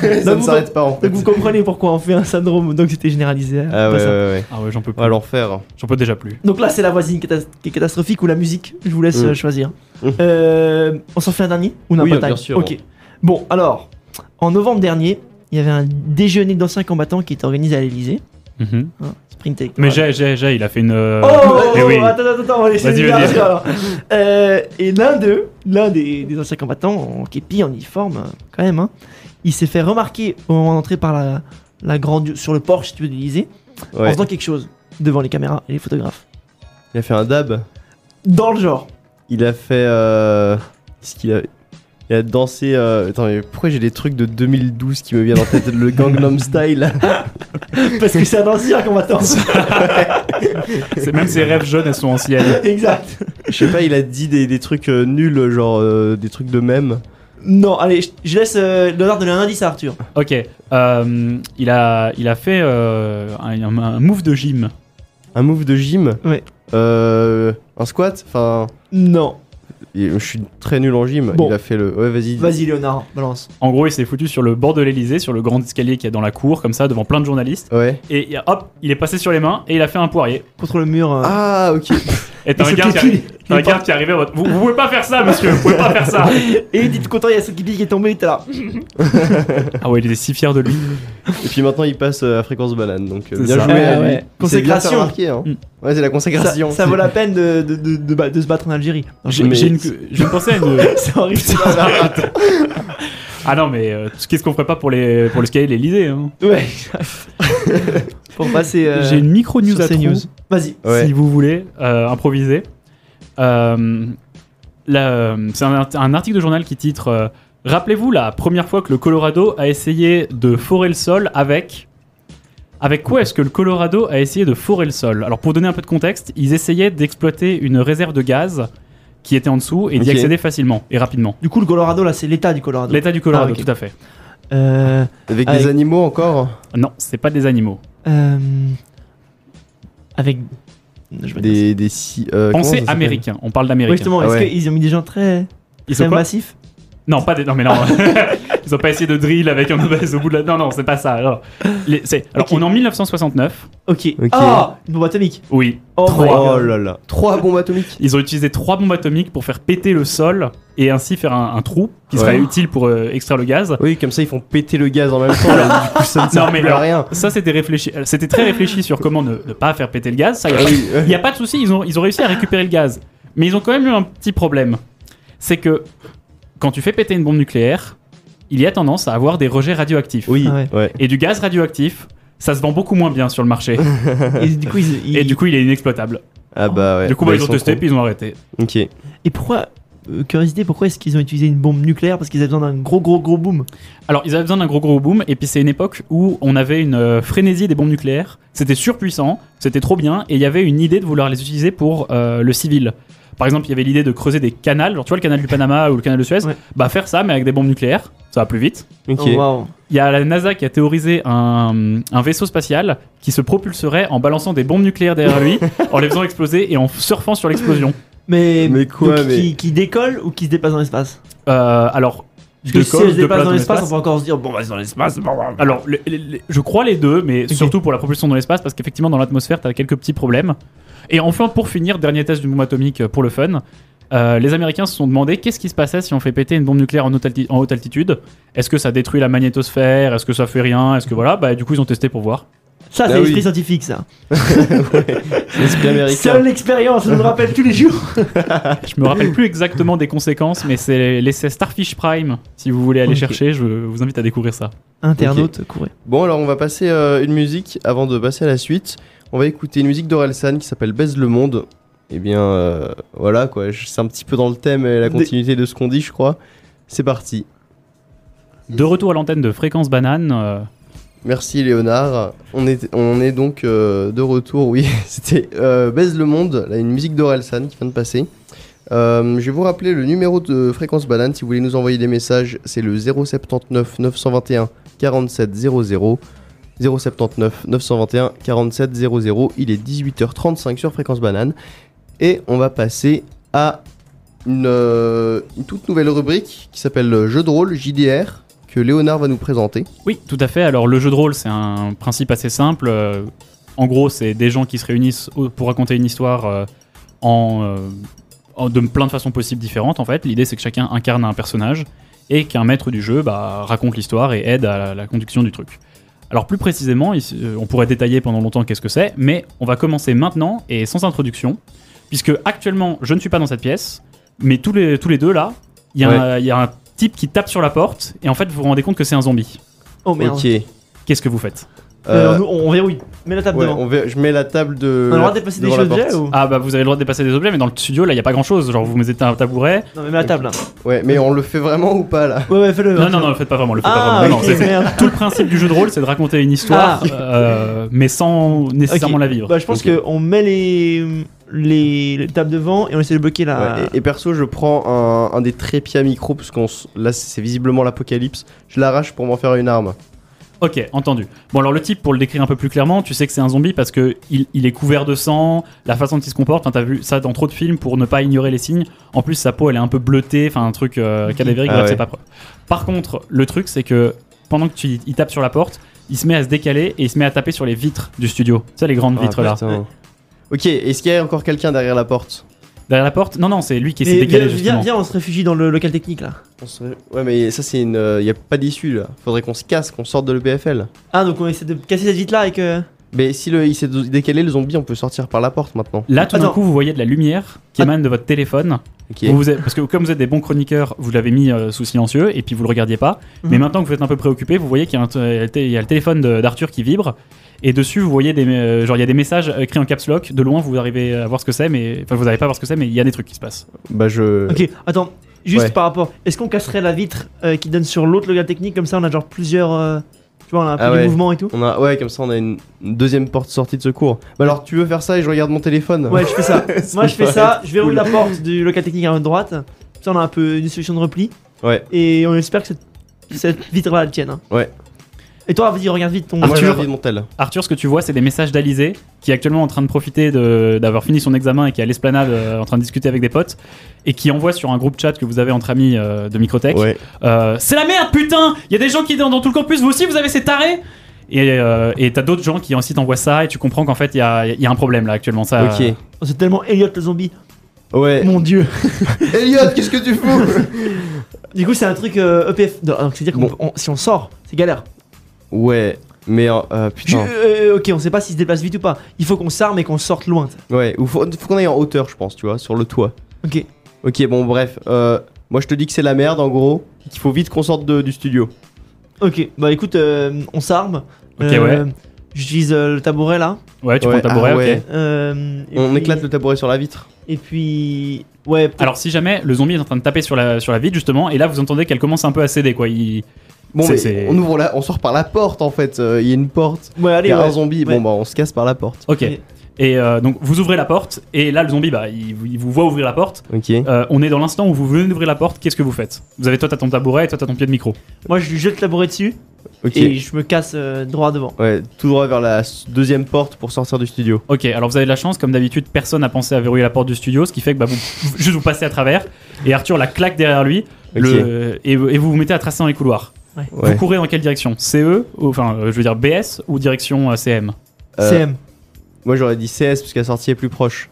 S3: *laughs*
S1: ça ne
S3: vous-
S1: s'arrête pas en fait.
S3: Donc vous comprenez pourquoi on fait un syndrome, donc c'était généralisé. hein,
S1: Ah
S3: pas
S1: ouais, ouais,
S3: ça.
S1: ouais.
S2: Ah ouais, j'en peux
S1: On va
S2: plus.
S1: l'enfer.
S2: J'en peux déjà plus.
S3: Donc là, c'est la voisine catas- qui est catastrophique ou la musique. Je vous laisse
S1: Mm.
S3: euh, choisir.
S1: Mm.
S3: Euh, on s'en fait un dernier ou n'a
S1: Oui, euh,
S3: pas
S1: bien
S3: de time
S1: sûr.
S3: Ok. Bon, alors, en novembre dernier, il y avait un déjeuner d'anciens combattants qui était organisé à l'Elysée.
S2: Mhm.
S3: Sprint Tech.
S2: Mais j'ai, j'ai, j'ai, il a fait une. euh,
S3: Oh,
S2: eh oui.
S3: attends, attends, attends, on va laisser
S2: Vas-y,
S3: les
S2: vas-y.
S3: garçons, alors. Euh, Et l'un d'eux, l'un des, des anciens combattants, en képi, en uniforme, euh, quand même, hein, il s'est fait remarquer au moment d'entrer par la, la grande sur le porche, si tu veux, de l'Elysée, en
S1: Ouais.
S3: faisant quelque chose devant les caméras et les photographes.
S1: Il a fait un dab.
S3: Dans le genre.
S1: Il a fait. Euh... Qu'est-ce qu'il a. Il a dansé. euh, Attends, mais pourquoi j'ai des trucs de 2012 qui me viennent en tête Le Gangnam Style.
S3: Parce que c'est un ancien combattant.
S2: C'est même ses rêves jeunes, elles sont anciennes.
S3: exact.
S1: Je sais pas, il a dit des, des trucs euh, nuls, genre euh, des trucs de même.
S3: Non, allez, je, je laisse euh, l'honneur de donner un indice à Arthur.
S2: Ok. euh, il a, il a fait euh, un, un move de gym.
S1: Un move de gym.
S3: Ouais.
S1: Euh, un squat. Enfin,
S3: Non.
S1: il- je suis très nul en gym.
S3: Bon.
S1: Il a fait le. Ouais, vas-y.
S3: Vas-y, Léonard, balance.
S2: En gros, il s'est foutu sur le bord de l'Elysée, sur le grand escalier qu'il y a dans la cour, comme ça, devant plein de journalistes.
S1: Ouais.
S2: Et il a- hop, il est passé sur les mains et il a fait un poirier.
S3: Contre le mur. euh,
S1: Ah, ok.
S2: Et t'as
S3: et
S2: un
S3: ce
S2: gars qui,
S3: képi,
S2: arri-
S3: il
S2: t'as
S3: est
S2: un gars qui est arrivé en mode, Vous, vous pouvez pas faire ça, monsieur, vous pouvez pas faire
S3: *laughs*
S2: ça.
S3: Et il dit content, il y a ce képi qui est tombé, t'es là.
S2: Ah ouais, il était si fier de lui.
S1: *laughs* Et puis maintenant, il passe euh, à fréquence banane. Donc, euh,
S2: C'est
S1: bien
S2: ça.
S1: joué.
S3: Ouais,
S1: à lui.
S3: Ah, ouais.
S1: Il s'est bien fait
S3: Consécration. Mm.
S1: remarquer, hein. Ouais, c'est la
S3: Ça,
S1: consécration.
S3: ça vaut la peine de, de, de, de, ba- de se battre en Algérie. Non,
S2: J'ai
S3: mais-
S2: j'ai une- Je pensais à une.
S3: *laughs* C'est horrible.
S2: Ah non, mais euh, qu'est-ce qu'on ferait pas pour, les, pour le scaler l'Elysée hein
S3: Ouais. *laughs* Pour passer. euh,
S2: J'ai une micro news
S3: sur
S2: à
S3: ces
S2: trous,
S3: news. Vas-y.
S1: Ouais.
S2: si vous voulez, euh, improviser. Euh, la- euh, C'est un, un article de journal qui titre euh, Rappelez-vous la première fois que le Colorado a essayé de forer le sol avec. Avec quoi est-ce que le Colorado a essayé de forer le sol Alors pour donner un peu de contexte, ils essayaient d'exploiter une réserve de gaz qui était en dessous et d'y
S1: Ok. Ah,
S2: accéder facilement et rapidement.
S3: Du coup, le Colorado, là, c'est l'état du Colorado.
S2: L'état du Colorado,
S3: Ah, ok.
S2: tout à fait.
S3: Euh,
S1: Avec
S3: Avec-
S1: des animaux encore
S2: Non, c'est pas des animaux.
S3: euh, Avec. Je vais dire
S1: Des. des si- euh, comment ça
S2: Pensez
S1: s'appelle
S2: américain, on parle
S3: ça.
S2: d'américain.
S3: Ouais, justement,
S1: Ah
S3: est-ce
S1: ouais.
S3: qu'ils ont mis des gens très,
S2: Ils
S3: très
S2: sont quoi
S3: massifs
S2: Non, pas des. Non, *laughs* mais non. Ils ont pas essayé de drill avec un obèse au bout de la. Non, non, c'est pas ça. Non. Les- c'est- Alors,
S3: Ok.
S2: on est en 1969.
S3: Ok.
S1: Ok.
S3: Ah Une bombe atomique.
S2: Oui.
S3: Oh, my
S1: Oh
S3: God.
S1: là là. Trois bombes atomiques.
S2: Ils ont utilisé trois bombes atomiques pour faire péter le sol et ainsi faire un, un trou qui serait
S1: Ouais.
S2: utile pour euh, extraire le gaz.
S1: Oui, comme ça ils font péter le gaz en même temps.
S2: *laughs*
S1: là, du coup, ça ne sert
S2: mais
S1: plus à
S2: alors-
S1: rien.
S2: Ça, c'était réfléchi. euh, C'était très réfléchi sur comment ne, ne pas faire péter le gaz. Ça, y a
S1: Ah
S2: pas-
S1: oui,
S2: Il
S3: *laughs*
S2: n'y a pas de souci, ils ont, ils ont réussi à récupérer le gaz. Mais ils ont quand même eu un petit problème. C'est que quand tu fais péter une bombe nucléaire, il y a tendance à avoir des rejets radioactifs.
S1: oui,
S3: Ah ouais.
S1: ouais.
S2: Et du gaz radioactif, ça se vend beaucoup moins bien sur le marché.
S3: Et du coup, ils, ils-
S2: *laughs* et du coup, il est inexploitable.
S1: Ah bah ouais.
S2: du coup,
S1: Bah,
S2: bah, ils ont
S1: sont
S2: testé,
S1: cons.
S2: puis ils ont arrêté.
S1: Ok.
S3: Et pourquoi, euh, curiosité, pourquoi est-ce qu'ils ont utilisé une bombe nucléaire Parce qu'ils avaient besoin d'un gros, gros, gros boom.
S2: Alors, ils avaient besoin d'un gros gros boom, et puis c'est une époque où on avait une euh, frénésie des bombes nucléaires. C'était surpuissant, c'était trop bien, et il y avait une idée de vouloir les utiliser pour euh, le civil. Par exemple, il y avait l'idée de creuser des canals, genre tu vois le canal du Panama ou le canal de Suez,
S3: Ouais.
S2: bah faire ça, mais avec des bombes nucléaires, ça va plus vite.
S1: Ok.
S3: Oh, wow.
S2: Il y a la NASA qui a théorisé un, un vaisseau spatial qui se propulserait en balançant des bombes nucléaires derrière lui, en les faisant exploser et en surfant sur l'explosion.
S3: Mais,
S1: Mais quoi,
S3: donc,
S1: mais-
S3: Qui, qui décolle ou qui se dépasse dans l'espace
S2: Euh, alors,
S3: Parce que
S2: de
S3: si
S2: cause,
S3: elle se
S2: de
S3: dépasse
S2: place
S3: dans
S2: dans
S3: l'espace, on
S2: l'espace.
S3: peut encore se dire bon, bah, vas-y dans l'espace. bon, bon, bon.
S2: alors le- le- le- je crois les deux, mais surtout pour la propulsion dans l'espace, parce qu'effectivement, dans l'atmosphère, t'as quelques petits problèmes. Et enfin, pour finir, dernier test d'une bombe atomique euh, pour le fun. euh, les Américains se sont demandé qu'est-ce qui se passait si on fait péter une bombe nucléaire en haute, alti- en haute altitude. Est-ce que ça détruit la magnétosphère Est-ce que ça fait rien Est-ce que voilà Bah du coup ils ont testé pour voir.
S3: Ça, c'est
S1: Ah oui.
S3: l'esprit scientifique, ça.
S1: L'esprit américain.
S3: Seule l'expérience, je me le rappelle tous les jours.
S2: Je me rappelle plus exactement des conséquences, mais c'est l'essai Starfish Prime. Si vous voulez aller
S3: Ok.
S2: chercher, je vous invite à découvrir ça.
S3: Internaute, courez.
S1: Bon, alors on va passer euh, une musique avant de passer à la suite. On va écouter une musique d'Orelsan qui s'appelle Baise le monde. Et bien, euh, voilà quoi. je- C'est un petit peu dans le thème et la
S3: Des-
S1: continuité de ce qu'on dit, je crois. C'est parti.
S2: De retour à l'antenne de Fréquence Banane. euh,
S1: Merci Léonard. On est, on est donc euh, de retour, oui. *laughs* C'était euh, Baise le Monde, là, une musique d'Orelsan qui vient de passer. Euh, je vais vous rappeler le numéro de Fréquence Banane. Si vous voulez nous envoyer des messages, c'est le 079 921 47 00. 079 921 47 00. Il est 18h35 sur Fréquence Banane. Et on va passer à une, euh, une toute nouvelle rubrique qui s'appelle euh, Jeu de rôle, JDR, que Léonard va nous présenter.
S2: Oui, tout à fait. Alors, le jeu de rôle, c'est un principe assez simple. Euh, en gros, c'est des gens qui se réunissent au- pour raconter une histoire euh, en, euh, en- de plein de façons possibles différentes. En fait, l'idée, c'est que chacun incarne un personnage et qu'un maître du jeu bah, raconte l'histoire et aide à la, la conduction du truc. Alors, plus précisément, ici, euh, on pourrait détailler pendant longtemps qu'est-ce que c'est, mais on va commencer maintenant et sans introduction, puisque actuellement, je ne suis pas dans cette pièce, mais tous les, tous les deux là, il y a
S1: Ouais.
S2: un- il y a un type qui tape sur la porte et en fait, vous vous rendez compte que c'est un zombie.
S3: Oh merde.
S1: Ok.
S2: Qu'est-ce que vous faites
S1: Euh,
S3: Euh, nous, on, on verrouille. Mets la table
S1: Ouais,
S3: devant.
S1: on ver- je mets la table de.
S3: On a le droit
S1: la-
S3: de dépasser des
S1: devant la
S3: choses déjà
S1: porte.
S3: ou
S2: Ah bah vous avez le droit de dépasser des objets, mais dans le studio là il y a pas grand chose. Genre vous mettez un tabouret.
S3: Non, mais mets la table là.
S1: Ouais, mais on le fait vraiment ou pas là
S3: Ouais, ouais, fais-le.
S2: Non non non, faites pas vraiment, le faites pas
S3: Ah,
S2: vraiment. Non,
S3: ok,
S2: non, c'est-
S3: merde.
S2: Tout le principe du jeu de rôle c'est de raconter une histoire, euh, mais sans nécessairement
S3: Ok.
S2: la vivre.
S3: Bah, je pense
S1: Ok.
S3: qu'on met les, les, les tables devant et on essaie de bloquer la.
S1: Ouais, et, et perso, je prends un, un des trépieds à micro, parce qu'on s- là c'est visiblement l'apocalypse. Je l'arrache pour m'en faire une arme.
S2: Ok, entendu. Bon alors le type pour le décrire un peu plus clairement, tu sais que c'est un zombie parce que il, il est couvert de sang, la façon dont il se comporte, enfin, t'as vu ça dans trop de films pour ne pas ignorer les signes. En plus sa peau elle est un peu bleutée, enfin un truc euh, cadavérique,
S1: Ah
S2: bref
S1: ouais.
S2: c'est pas preuve. Par contre le truc c'est que pendant que tu il tape sur la porte, il se met à se décaler et il se met à taper sur les vitres du studio. Tu sais les grandes
S1: Ah,
S2: vitres là.
S1: putain. Ok, est-ce qu'il y a encore quelqu'un derrière la porte
S2: Derrière la porte Non, non, c'est lui qui
S3: Mais
S2: s'est décalé
S3: viens,
S2: justement.
S3: viens, viens, on se réfugie dans le local technique là.
S1: On se- Ouais, mais ça c'est une. Il a pas d'issue là. Faudrait qu'on se casse, qu'on sorte de l'EPFL.
S3: Ah, donc on essaie de casser cette euh, vitre là et que.
S1: Mais si le, il s'est décalé le zombie, on peut sortir par la porte maintenant.
S2: Là, tout d'un
S3: Attends.
S2: coup, vous voyez de la lumière qui
S3: Ah.
S2: émane de votre téléphone.
S1: Ok.
S2: Vous vous êtes- parce que comme vous êtes des bons chroniqueurs, vous l'avez mis euh, sous silencieux et puis vous le regardiez pas.
S3: Mhm.
S2: Mais maintenant que vous êtes un peu préoccupé, vous voyez qu'il y, a un t- il y a le téléphone de- d'Arthur qui vibre. Et dessus, vous voyez des, euh, genre, il y a des messages écrits en caps lock. De loin, vous arrivez à voir ce que c'est, mais enfin, vous n'arrivez pas à voir ce que c'est, mais il y a des trucs qui se passent.
S1: Bah je.
S3: Ok, attends, juste
S1: Ouais.
S3: par rapport. Est-ce qu'on casserait la vitre euh, qui donne sur l'autre local technique comme ça on a genre plusieurs. euh, tu vois, on a un peu
S1: Ah
S3: des
S1: ouais.
S3: mouvements et tout
S1: On a... Ouais, comme ça on a une, une deuxième porte sortie de secours. Bah alors tu veux faire ça et je regarde mon téléphone
S3: Ouais, je
S1: *laughs*
S3: fais ça. Moi, je fais
S1: paraît
S3: ça, je vais
S1: cool.
S3: ouvrir la porte du local technique à droite. Comme Ça, on a un peu une solution de repli.
S1: Ouais.
S3: Et on espère que cette, cette vitre-là, elle tienne. hein.
S1: Ouais.
S3: Et toi, vas-y, regarde vite ton.
S1: Moi, j'ai
S2: Arthur.
S1: envie de mon tel.
S2: Arthur, ce que tu vois, c'est des messages d'Alizé, qui est actuellement en train de profiter de- d'avoir fini son examen et qui est à l'esplanade euh, en train de discuter avec des potes, et qui envoie sur un groupe chat que vous avez entre amis euh, de Microtech.
S1: Ouais.
S2: Euh, c'est la merde, putain Il y a des gens qui dans, dans tout le campus, vous aussi, vous avez ces tarés Et euh, et t'as d'autres gens qui ensuite envoient ça, et tu comprends qu'en fait, il y a, il y a un problème là actuellement. Ça,
S1: Ok.
S3: Oh, C'est tellement Elliot le zombie.
S2: Euh,
S1: Ouais.
S3: Mon dieu.
S1: Elliot, qu'est-ce que tu fous
S3: Du coup, c'est un truc euh, EPF. Non, donc, c'est-à-dire que
S1: Bon.
S3: si on sort, c'est galère.
S1: Ouais, mais euh, euh,
S3: Je-
S1: putain.
S3: euh, ok, on sait pas s'il se déplace vite ou pas. Il faut qu'on s'arme et qu'on sorte loin. t'sais.
S1: Ouais, ou faut, faut qu'on aille en hauteur, je pense, tu vois, sur le toit.
S3: Ok.
S1: Ok, bon, bref. euh, moi, je te dis que c'est la merde, en gros. Qu'il faut vite qu'on sorte de- du studio.
S3: Ok, bah écoute, euh, on s'arme.
S2: Ok, ouais.
S3: J'utilise euh, le tabouret là.
S2: Ouais, tu
S1: Ouais,
S2: prends le tabouret,
S1: ah ouais.
S2: ok.
S3: Euh, et
S1: On
S3: puis-
S1: éclate le tabouret sur la vitre.
S3: Et puis. Ouais, peut-être-
S2: Alors, si jamais le zombie est en train de taper sur la, sur la vitre, justement, et là, vous entendez qu'elle commence un peu à céder, quoi. Il-
S1: Bon,
S2: C'est-
S1: mais
S2: c'est-
S1: on ouvre la, on sort par la porte en fait. euh, Il y a une porte.
S3: Ouais,
S1: Il
S3: allez,
S1: y a
S3: ouais.
S1: un zombie.
S3: Ouais.
S1: Bon, bah, on se casse par la porte.
S2: Ok.
S3: Et-
S2: Et euh, donc, vous ouvrez la porte, et là, le zombie, bah, il- il vous voit ouvrir la porte.
S1: Ok.
S2: Euh, on est dans l'instant où vous venez d'ouvrir la porte, qu'est-ce que vous faites Vous avez toi t'as ton tabouret et toi t'as ton pied de micro.
S3: Moi, je lui jette le tabouret dessus
S1: Ok.
S3: et je me casse euh, droit devant.
S1: Ouais, tout droit vers la s- deuxième porte pour sortir du studio.
S2: Ok, alors vous avez de la chance, comme d'habitude, personne n'a pensé à verrouiller la porte du studio, ce qui fait que bah, vous, vous- juste vous passez à travers et Arthur la claque derrière lui
S1: Ok.
S2: le- et, et vous vous mettez à tracer dans les couloirs.
S1: Ouais.
S2: Vous courez dans quelle direction CE, ou- enfin euh, je veux dire BS ou direction euh, CM
S1: Euh,
S3: CM.
S1: Moi, j'aurais dit CS parce que la sortie est plus proche.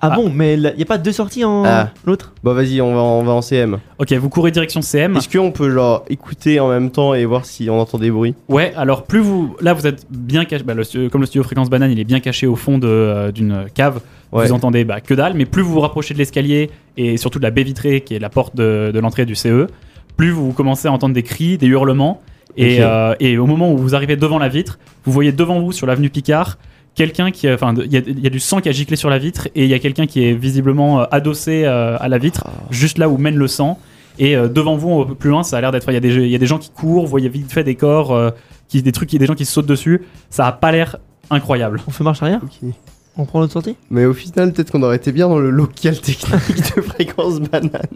S3: Ah,
S2: ah.
S3: bon, mais il n'y a pas deux sorties en
S1: Ah.
S3: l'autre
S1: Bah, vas-y, on va, on va en CM.
S2: Ok, vous courez direction
S3: Hmm.
S2: CM.
S1: Est-ce qu'on peut genre écouter en même temps et voir si on entend des bruits
S2: Ouais, alors plus vous. Là, vous êtes bien caché. bah, le stu- comme le studio Fréquence Banane, il est bien caché au fond de, euh, d'une cave.
S1: Ouais.
S2: Vous entendez bah, que dalle, mais plus vous vous rapprochez de l'escalier et surtout de la baie vitrée qui est la porte de, de l'entrée du CE, plus vous commencez à entendre des cris, des hurlements. Et,
S1: Ok.
S2: euh, et au moment où vous arrivez devant la vitre, vous voyez devant vous sur l'avenue Picard quelqu'un qui. euh, Enfin, de- il y, a- il y a du sang qui a giclé sur la vitre et il y a quelqu'un qui est visiblement euh, adossé euh, à la vitre, juste là où mène le sang. Et euh, devant vous, un peu plus loin, ça a l'air d'être. Il y, a des- il y a des gens qui courent, vous voyez vite fait des corps, euh, qui, des trucs, il y a des gens qui se sautent dessus. Ça a pas l'air incroyable.
S3: On fait marche arrière
S1: Ok.
S3: On prend l'autre sortie
S1: Mais au final, peut-être qu'on aurait été bien dans le local technique de fréquence banane.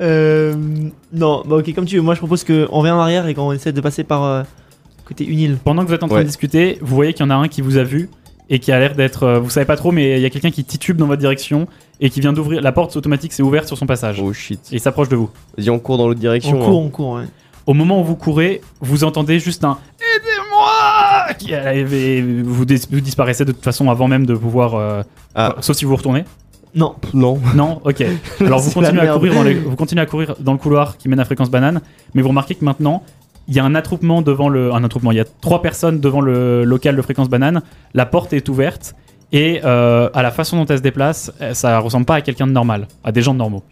S3: Euh. Non, bah ok, comme tu veux. Moi je propose qu'on vient en arrière et qu'on essaie de passer par euh, côté une île.
S2: Pendant que vous êtes en train
S1: Ouais.
S2: de discuter, vous voyez qu'il y en a un qui vous a vu et qui a l'air d'être. euh, vous savez pas trop, mais il y a quelqu'un qui titube dans votre direction et qui vient d'ouvrir. La porte automatique s'est ouverte sur son passage.
S1: Oh shit.
S2: Et il s'approche de vous.
S1: Vas-y, on court dans l'autre
S3: On
S1: direction.
S3: court, on court, ouais.
S2: Au moment où vous courez, vous entendez juste un Aidez-moi qui arrive et vous, dis- vous disparaissez de toute façon avant même de pouvoir. euh,
S1: Ah.
S2: enfin, sauf si vous vous retournez.
S3: Non,
S1: hein. Non.
S2: Non,
S1: *laughs*
S2: ok. Alors vous
S1: C'est la
S2: continuez, à
S1: merde.
S2: courir dans les- vous continuez à courir dans le couloir qui mène à fréquence banane, mais vous remarquez que maintenant, il y a un attroupement devant le. Un attroupement, il y a trois personnes devant le local de fréquence banane. La porte est ouverte et euh, à la façon dont elle se déplace, euh, ça ressemble pas à quelqu'un de normal, à des gens de normaux.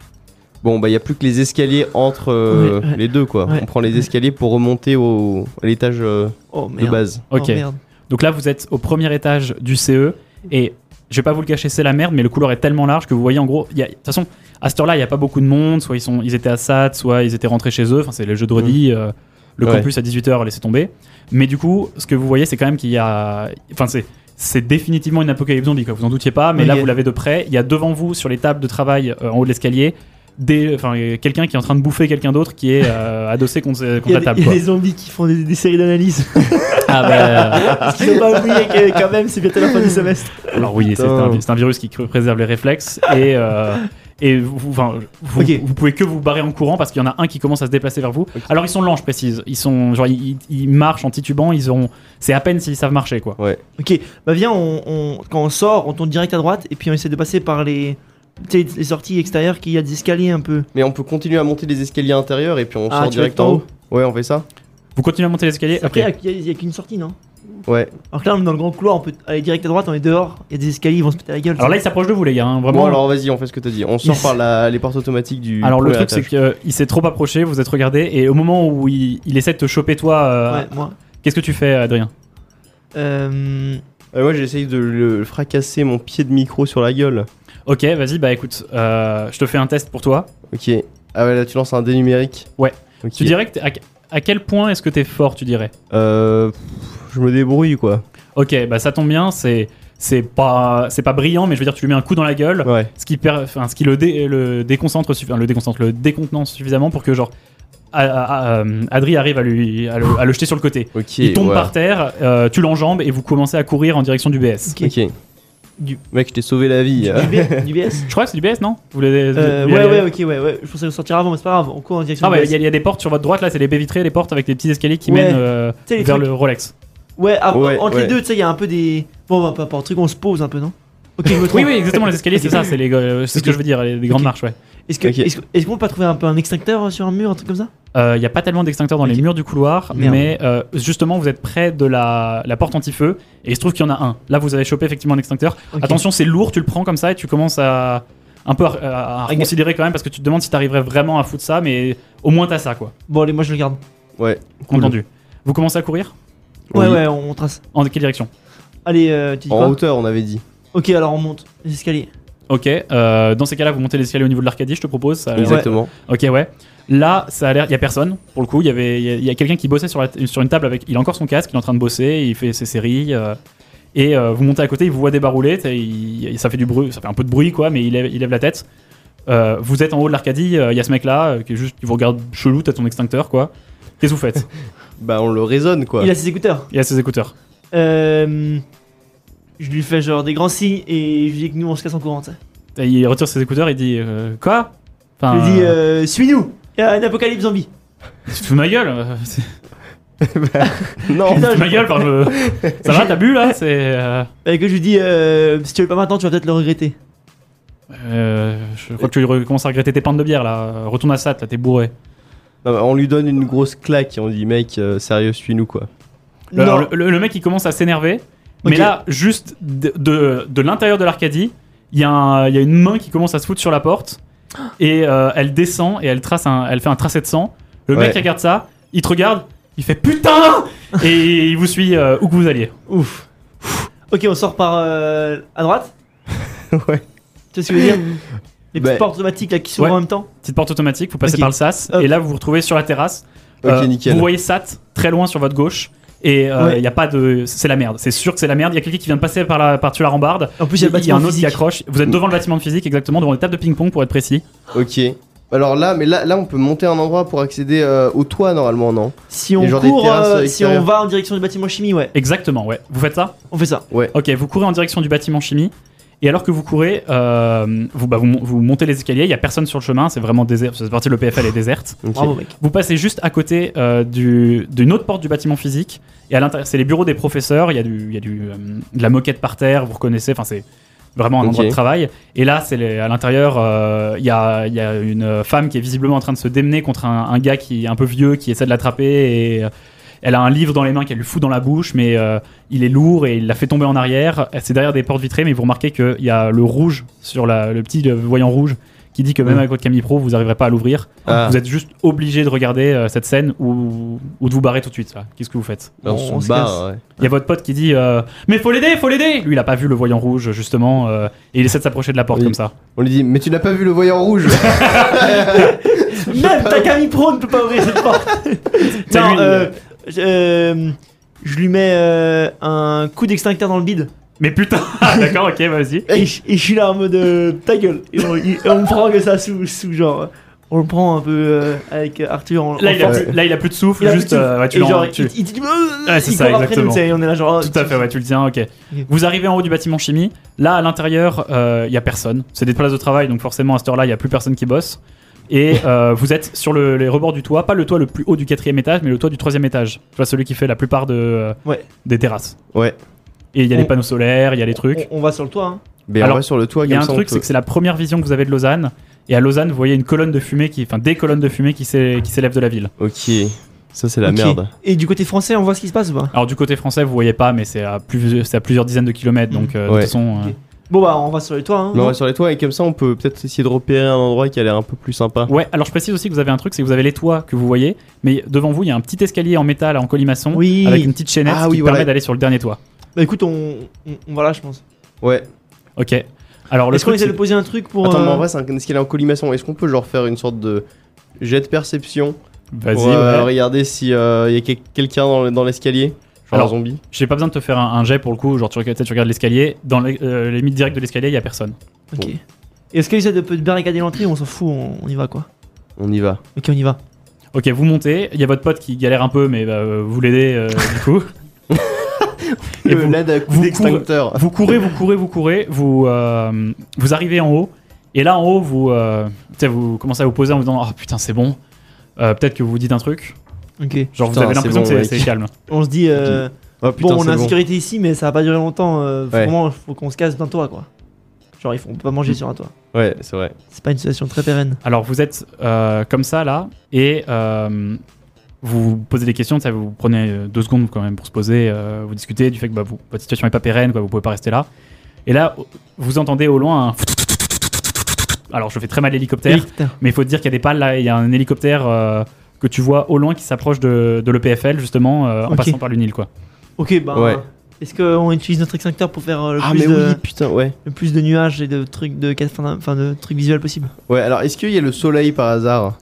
S1: Bon, bah, il n'y a plus que les escaliers entre euh,
S3: Ouais, ouais.
S1: les deux, quoi.
S3: Ouais.
S1: On prend les escaliers pour remonter au, à l'étage euh,
S3: oh merde.
S1: de base.
S3: Oh,
S2: Ok.
S3: merde.
S2: Donc là, vous êtes au premier étage du CE et je vais pas vous le cacher, c'est la merde, mais le couloir est tellement large que vous voyez en gros. il y a- De toute façon, à cette heure-là, il n'y a pas beaucoup de monde. Soit ils, sont, ils étaient à SAT, soit ils étaient rentrés chez eux. Enfin, c'est le
S3: Mmh.
S2: jeu de redis. euh, le
S1: Ouais.
S2: campus à 18h, laissez tomber. Mais du coup, ce que vous voyez, c'est quand même qu'il y a. Enfin, c'est. C'est définitivement une apocalypse zombie, quoi. vous en doutiez pas, mais là
S3: Ok.
S2: vous l'avez de près. Il y a devant vous, sur les tables de travail euh, en haut de l'escalier, des- enfin, euh, quelqu'un qui est en train de bouffer quelqu'un d'autre qui est euh, adossé contre, contre
S3: Il y
S2: la
S3: a, des-
S2: table.
S3: il y a
S2: quoi.
S3: des zombies qui font des, des
S2: *laughs*
S3: séries d'analyse.
S2: Ah, bah,
S3: Parce qu'ils ont pas oublié que, quand même, c'est bientôt la fin du semestre.
S2: Alors oui, c'est
S1: Putain.
S2: un, c'est un virus qui cr- préserve les réflexes et euh, et vous, enfin, vous,
S3: Ok.
S2: vous pouvez que vous barrer en courant parce qu'il y en a un qui commence à se déplacer vers vous. Alors ils sont lents, je précise. Ils sont genre ils, ils- ils marchent en titubant. Ils ont c'est à peine s'ils savent marcher quoi.
S3: Ok, bah viens, on, on- quand on sort, on tourne direct à droite et puis on essaie de passer par les, tu sais, les sorties extérieures qu'il y a des escaliers un peu.
S1: Mais on peut continuer à monter les escaliers intérieurs et puis on
S3: Ah,
S1: sort
S3: tu vas
S1: direct
S3: tout en
S1: en
S3: haut.
S1: haut. Ouais, on fait ça
S2: Vous continuez à monter l'escalier.
S3: Après,
S2: Après,
S3: il y a- il y a, qu'une sortie, non
S1: Ouais.
S3: Alors que là, on est dans le grand couloir, on peut aller direct à droite, on est dehors, il y a des escaliers, ils vont se péter la gueule.
S2: alors là ils s'approchent de vous les gars. hein, vraiment.
S1: Bon, alors vas-y, on fait ce que t'as dit. On sort
S3: Yes.
S1: par la- les portes automatiques du.
S2: Alors, le
S1: premier
S2: truc c'est
S1: étage.
S2: qu'il s'est trop approché. Vous êtes regardé et au moment où il, il essaie de te choper toi, euh,
S3: Ouais, moi.
S2: qu'est-ce que tu fais Adrien
S3: Euh,
S1: Euh, moi, j'essaye de le fracasser mon pied de micro sur la gueule.
S2: Ok, vas-y bah écoute, euh, je te fais un test pour toi.
S1: Ok. Ah ouais, là, tu lances un dé numérique.
S2: Ouais.
S1: Ok.
S2: Tu dirais que t'es- à, à quel point est-ce que t'es fort tu dirais
S1: Euh, pff, je me débrouille, quoi.
S2: Ok, bah ça tombe bien, c'est c'est pas c'est pas brillant, mais je veux dire tu lui mets un coup dans la gueule,
S1: Ouais.
S2: ce qui per- enfin, ce qui le, dé- le déconcentre suffi- enfin, le déconcentre le décontenance suffisamment pour que genre à- à- à- euh, Adri arrive à lui à le, à le jeter sur le côté.
S1: Ok.
S2: Il tombe
S1: ouais.
S2: par terre, euh, tu l'enjambes et vous commencez à courir en direction du BS.
S3: ok.
S1: Ok.
S3: Du-
S1: Mec, je t'ai sauvé la vie. hein.
S3: Du, B- du BS
S1: *laughs*
S2: Je crois que c'est du BS, non Vous voulez- vous
S3: Euh,
S2: voulez
S3: Ouais,
S1: E.
S2: aller-
S3: ouais, ok, ouais, ouais. Je pensais le sortir avant, mais c'est pas grave, on court en direction
S2: Ah
S3: du
S2: ouais,
S3: BS.
S2: il y, a- il y a des portes sur votre droite là, c'est les baies vitrées, les portes avec des petits escaliers qui
S3: Ouais.
S2: mènent euh,
S3: sais, les
S2: vers
S3: trucs-
S2: le Rolex.
S3: Ouais, ah,
S1: Ouais,
S3: entre les
S1: ouais.
S3: deux, tu sais, il y a un peu des. Bon, bah, pas par truc, on se pose un peu, non Ok, je me trompe.
S2: Oui, oui, exactement, les escaliers, c'est ça, c'est les, euh, c'est ce que
S3: Ok.
S2: je veux dire, les, les grandes marches, ouais.
S3: Est-ce que-
S1: Ok.
S3: est-ce que- est-ce qu'on peut pas trouver un peu un extincteur euh, sur un mur, un truc comme ça
S2: Il n'y Euh, a pas tellement d'extincteurs dans les
S3: Ok.
S2: murs du couloir,
S3: Merde.
S2: mais euh, justement, vous êtes près de la, la porte anti-feu, et il se trouve qu'il y en a un. Là, vous avez chopé effectivement un extincteur.
S3: Ok.
S2: Attention, c'est lourd, tu le prends comme ça et tu commences à un peu à, à
S3: Ok.
S2: considérer quand même, parce que tu te demandes si t'arriverais vraiment à foutre ça, mais au moins t'as ça, quoi.
S3: Bon, allez, moi je le garde.
S1: Ouais.
S2: Entendu. Vous commencez à courir
S3: Ouais,
S1: Oui.
S3: ouais, on, on trace.
S2: En quelle direction
S3: Allez, euh, tu dis
S1: En
S3: quoi
S1: hauteur, on avait dit.
S3: Ok, alors on monte les escaliers.
S2: Ok, euh, dans ces cas-là, vous montez l'escalier au niveau de l'arcadie, je te propose. ça a l'air-
S1: Exactement.
S2: Ok, ouais. Là, ça a l'air. Il y a personne. Pour le coup, il y avait. Il y a- il y a, quelqu'un qui bossait sur, la t- sur une table avec. Il a encore son casque. Il est en train de bosser. Il fait ses séries. euh, et euh, vous montez à côté. Il vous voit débarrouler. t'as- il- il- ça fait du bruit. Ça fait un peu de bruit, quoi. Mais il lève, il lève la tête. Euh, vous êtes en haut de l'Arcadie. euh, Il y a ce mec-là euh, qui est juste qui vous regarde chelou. T'as ton extincteur, quoi. Qu'est-ce que vous faites
S1: Bah, on le raisonne, quoi.
S3: Il a ses écouteurs.
S2: Il y a ses écouteurs.
S3: Euh, je lui fais genre des grands signes et je lui dis que nous on se casse en courant. tu sais.
S2: Et il retire ses écouteurs. Il dit euh, quoi
S3: Je
S2: Enfin,
S3: lui dis euh, suis-nous. Il y a un apocalypse zombie.
S2: tu te fous de ma gueule. euh, c'est-
S1: *laughs* Non.
S2: tu te fous de ma gueule. enfin, je- Ça va, t'as bu là C'est. euh,
S3: Et que je lui dis euh, si tu veux pas maintenant, tu vas peut-être le regretter.
S2: Euh, je crois que tu re- commences à regretter tes pintes de bière là. Euh, Retourne à Sat, là, t'es bourré.
S1: Non, mais on lui donne une grosse claque et on dit, mec, euh, sérieux, suis-nous, quoi.
S2: Le,
S3: non.
S2: alors, le- le mec il commence à s'énerver, mais
S3: Ok.
S2: là, juste de, de, de l'intérieur de l'Arcadie, il y, a un- il y a une main qui commence à se foutre sur la
S3: *gasps*
S2: porte et euh, elle descend et elle, trace un, elle fait un tracé de sang. Le mec
S1: Ouais.
S2: regarde ça, il te regarde, il fait putain et il vous suit euh, où que vous alliez.
S3: Ouf. Ok, on sort par euh, à droite.
S1: Ouais. *laughs*
S3: Tu sais ce que je veux dire Les
S1: Bah.
S3: petites portes automatiques là, qui s'ouvrent
S2: Ouais.
S3: en même temps.
S2: Petite porte automatique, vous passez
S3: Ok.
S2: par le sas,
S3: Hop.
S2: et là vous vous retrouvez sur la terrasse.
S1: Ok,
S2: Euh,
S1: nickel.
S2: Vous voyez Sat très loin sur votre gauche, et euh, il
S3: Ouais.
S2: y a pas de. C'est la merde, c'est sûr que c'est la merde. Il y a quelqu'un qui vient de passer par la, par-dessus la rambarde,
S3: En plus, il y
S2: il y
S3: a le
S2: a
S3: bâtiment
S2: un autre qui
S3: physique.
S2: accroche. Vous êtes devant le bâtiment de physique, exactement, devant les tables de ping-pong pour être précis.
S1: Ok. Alors là, mais là, là, on peut monter à un endroit pour accéder euh, au toit normalement, non
S3: Si
S1: Et
S3: on
S1: genre des
S3: court,
S1: terrasses
S3: euh, si
S1: extérieures.
S3: on va en direction du bâtiment chimie, ouais,
S2: Exactement, ouais. Vous faites ça
S3: on fait ça.
S2: Ok, vous courez en direction du bâtiment chimie. Et alors que vous courez, euh, vous, bah, vous, mon- vous montez les escaliers, il n'y a personne sur le chemin, c'est vraiment désert, cette partie de l'EPFL est déserte.
S1: Ok.
S3: Bravo,
S1: *laughs*
S3: mec.
S2: Vous passez juste à côté euh, du- d'une autre porte du bâtiment physique, et à l'intérieur, c'est les bureaux des professeurs, il y a, du, il y a du, euh, de la moquette par terre, vous reconnaissez, enfin c'est vraiment un endroit
S1: Ok.
S2: de travail. Et là, c'est les- à l'intérieur, euh, il y, a, il y a une femme qui est visiblement en train de se démener contre un, un gars qui est un peu vieux, qui essaie de l'attraper, et euh, elle a un livre dans les mains qu'elle lui fout dans la bouche, mais euh, il est lourd et il la fait tomber en arrière. C'est derrière des portes vitrées, mais vous remarquez qu'il y a le rouge sur la- le petit euh, voyant rouge qui dit que même
S1: Mm.
S2: avec votre Camille Pro, vous n'arriverez pas à l'ouvrir.
S1: Ah.
S2: Vous êtes juste obligé de regarder euh, cette scène ou, ou de vous barrer tout de suite. là. Qu'est-ce que vous faites
S1: Là, Bah, on,
S3: Bah, on
S1: se
S3: se
S1: barre. ouais.
S2: Il y a votre pote qui dit euh, Mais faut l'aider, faut l'aider Lui, il a pas vu le voyant rouge, justement, euh, et il essaie de s'approcher de la porte
S1: Oui.
S2: comme ça.
S1: On lui dit, mais tu n'as pas vu le voyant rouge
S3: Même ta Camille Pro ne peut pas ouvrir cette porte.
S1: *laughs*
S2: T'as
S3: non,
S2: lui,
S3: euh, je, euh, je lui mets euh, un coup d'extincteur dans le bide.
S2: Mais putain *laughs* Ah, D'accord, ok, vas-y.
S3: Et je, et je suis là en mode euh, ta gueule. Et on, il- et on me prend que ça sous, sous genre. euh, On le prend un peu euh, avec Arthur en.
S2: Là
S3: en
S2: il, a
S3: force.
S2: plus, là, il a plus de souffle,
S3: Il a plus
S2: juste
S3: de souffle.
S2: euh, ouais, tu
S3: Et
S2: l'en-
S3: genre,
S2: tu-
S3: il, il dit.
S2: Ouais, c'est
S3: il
S2: ça,
S3: court après
S2: exactement.
S3: nous, tu sais, on est là genre. oh,
S2: Tout à fait, ouais, tu le tiens, ok. Vous arrivez en haut du bâtiment chimie. Là, à l'intérieur, il y a personne. C'est des places de travail, donc forcément, à cette heure-là, il y a plus personne qui bosse. Et euh, vous êtes sur le, les rebords du toit, pas le toit le plus haut du quatrième étage, mais le toit du troisième étage. Tu vois, celui qui fait la plupart de, euh,
S3: Ouais.
S2: des terrasses.
S1: Ouais.
S2: Et il y a
S3: On-
S2: les panneaux solaires, il y a les trucs.
S3: On, on va sur le toit. Hein.
S1: Mais
S2: Alors,
S1: Ben, on va sur le toit.
S2: Il y a
S1: comme
S2: un
S1: ça, on
S2: truc, c'est
S1: peut-
S2: que c'est la première vision que vous avez de Lausanne. Et à Lausanne, vous voyez une colonne de fumée, qui, enfin des colonnes de fumée qui s'é- qui s'élèvent de la ville.
S1: Ok. Ça c'est la
S3: Ok.
S1: merde.
S3: Et du côté français, on voit ce qui se passe ou pas
S2: Alors du côté français, vous voyez pas, mais c'est à, plus- c'est à plusieurs dizaines de kilomètres, donc
S1: Ouais.
S2: euh, de toute façon, euh,
S3: Ok. Bon bah on va sur le toit. Hein,
S1: Mais on va sur les toits et comme ça on peut peut-être essayer de repérer un endroit qui a l'air un peu plus sympa.
S2: Ouais, alors je précise aussi que vous avez un truc, c'est que vous avez les toits que vous voyez, mais devant vous, il y a un petit escalier en métal en colimaçon
S3: Oui.
S2: avec une petite chaînette
S1: Ah
S2: qui
S1: oui,
S2: vous
S1: voilà.
S2: permet d'aller sur le dernier toit.
S3: Bah écoute, on, on, on va là, je pense.
S1: Ouais.
S2: Ok. Alors le
S3: Est-ce qu'on
S2: truc,
S3: essaie de
S2: c'est-
S3: poser un truc pour.
S1: Attends,
S3: euh,
S1: mais en vrai c'est un escalier en colimaçon. Est-ce qu'on peut genre faire une sorte de jet de perception
S2: vas-y.
S1: pour euh,
S2: ouais.
S1: regarder si euh, il y a quel- quelqu'un dans, le- dans l'escalier Genre
S2: Alors,
S1: un zombie.
S2: J'ai pas besoin de te faire un, un jet pour le coup. Genre tu regardes, tu regardes l'escalier, dans les, euh, les limites directes de l'escalier, il y a personne.
S3: Ok. Est-ce qu'il essaie de peut- barricader l'entrée ou on s'en fout, on, on y va quoi
S1: On y va.
S3: Ok, on y va.
S2: Ok, vous montez. Il y a votre pote qui galère un peu, mais euh, vous l'aidez euh, du coup. Et
S1: Le
S2: vous-
S1: LED à coup
S2: vous
S1: d'extincteur.
S2: Vous courez, vous courez, vous courez, vous, euh, vous arrivez en haut, et là en haut, vous, euh, tu sais, vous commencez à vous poser en vous disant Ah putain, c'est bon. Euh, Peut-être que vous vous dites un truc.
S3: Ok.
S2: Genre,
S1: Putain,
S2: vous avez
S1: c'est
S2: l'impression
S1: bon,
S2: que
S1: mec.
S2: c'est- c'est calme.
S3: On se dit. euh,
S1: Oh putain
S3: bon, on a
S1: c'est bon.
S3: insécurité ici, mais ça va pas durer longtemps. euh, faut
S1: Ouais. Mm.
S3: vraiment, faut qu'on se casse d'un toit quoi. Genre, il faut, on peut pas manger sur un toit.
S1: Ouais c'est vrai.
S3: C'est pas une situation très pérenne.
S2: Alors, vous êtes euh, comme ça, là, et euh, vous vous posez des questions. Ça, vous prenez euh, deux secondes quand même pour se poser. euh, vous discutez du fait que bah, vous- votre situation est pas pérenne, quoi, vous pouvez pas rester là. Et là, vous entendez au loin un. *laughs* Alors, je fais très mal l'hélicoptère,
S3: Oui, putain.
S2: mais il faut te dire qu'il y a des pales là. Il y a un hélicoptère euh, que tu vois au loin qui s'approche de, de l'EPFL, justement, euh, en
S3: Ok.
S2: passant par l'UNIL, quoi.
S3: Ok, bah.
S1: Ouais.
S3: Est-ce qu'on utilise notre extincteur pour faire euh, le,
S1: Ah
S3: plus
S1: mais
S3: de,
S1: oui putain ouais.
S3: le plus de nuages et de trucs de, enfin, enfin, de trucs visuels possible
S1: Ouais alors est-ce qu'il y a le soleil par hasard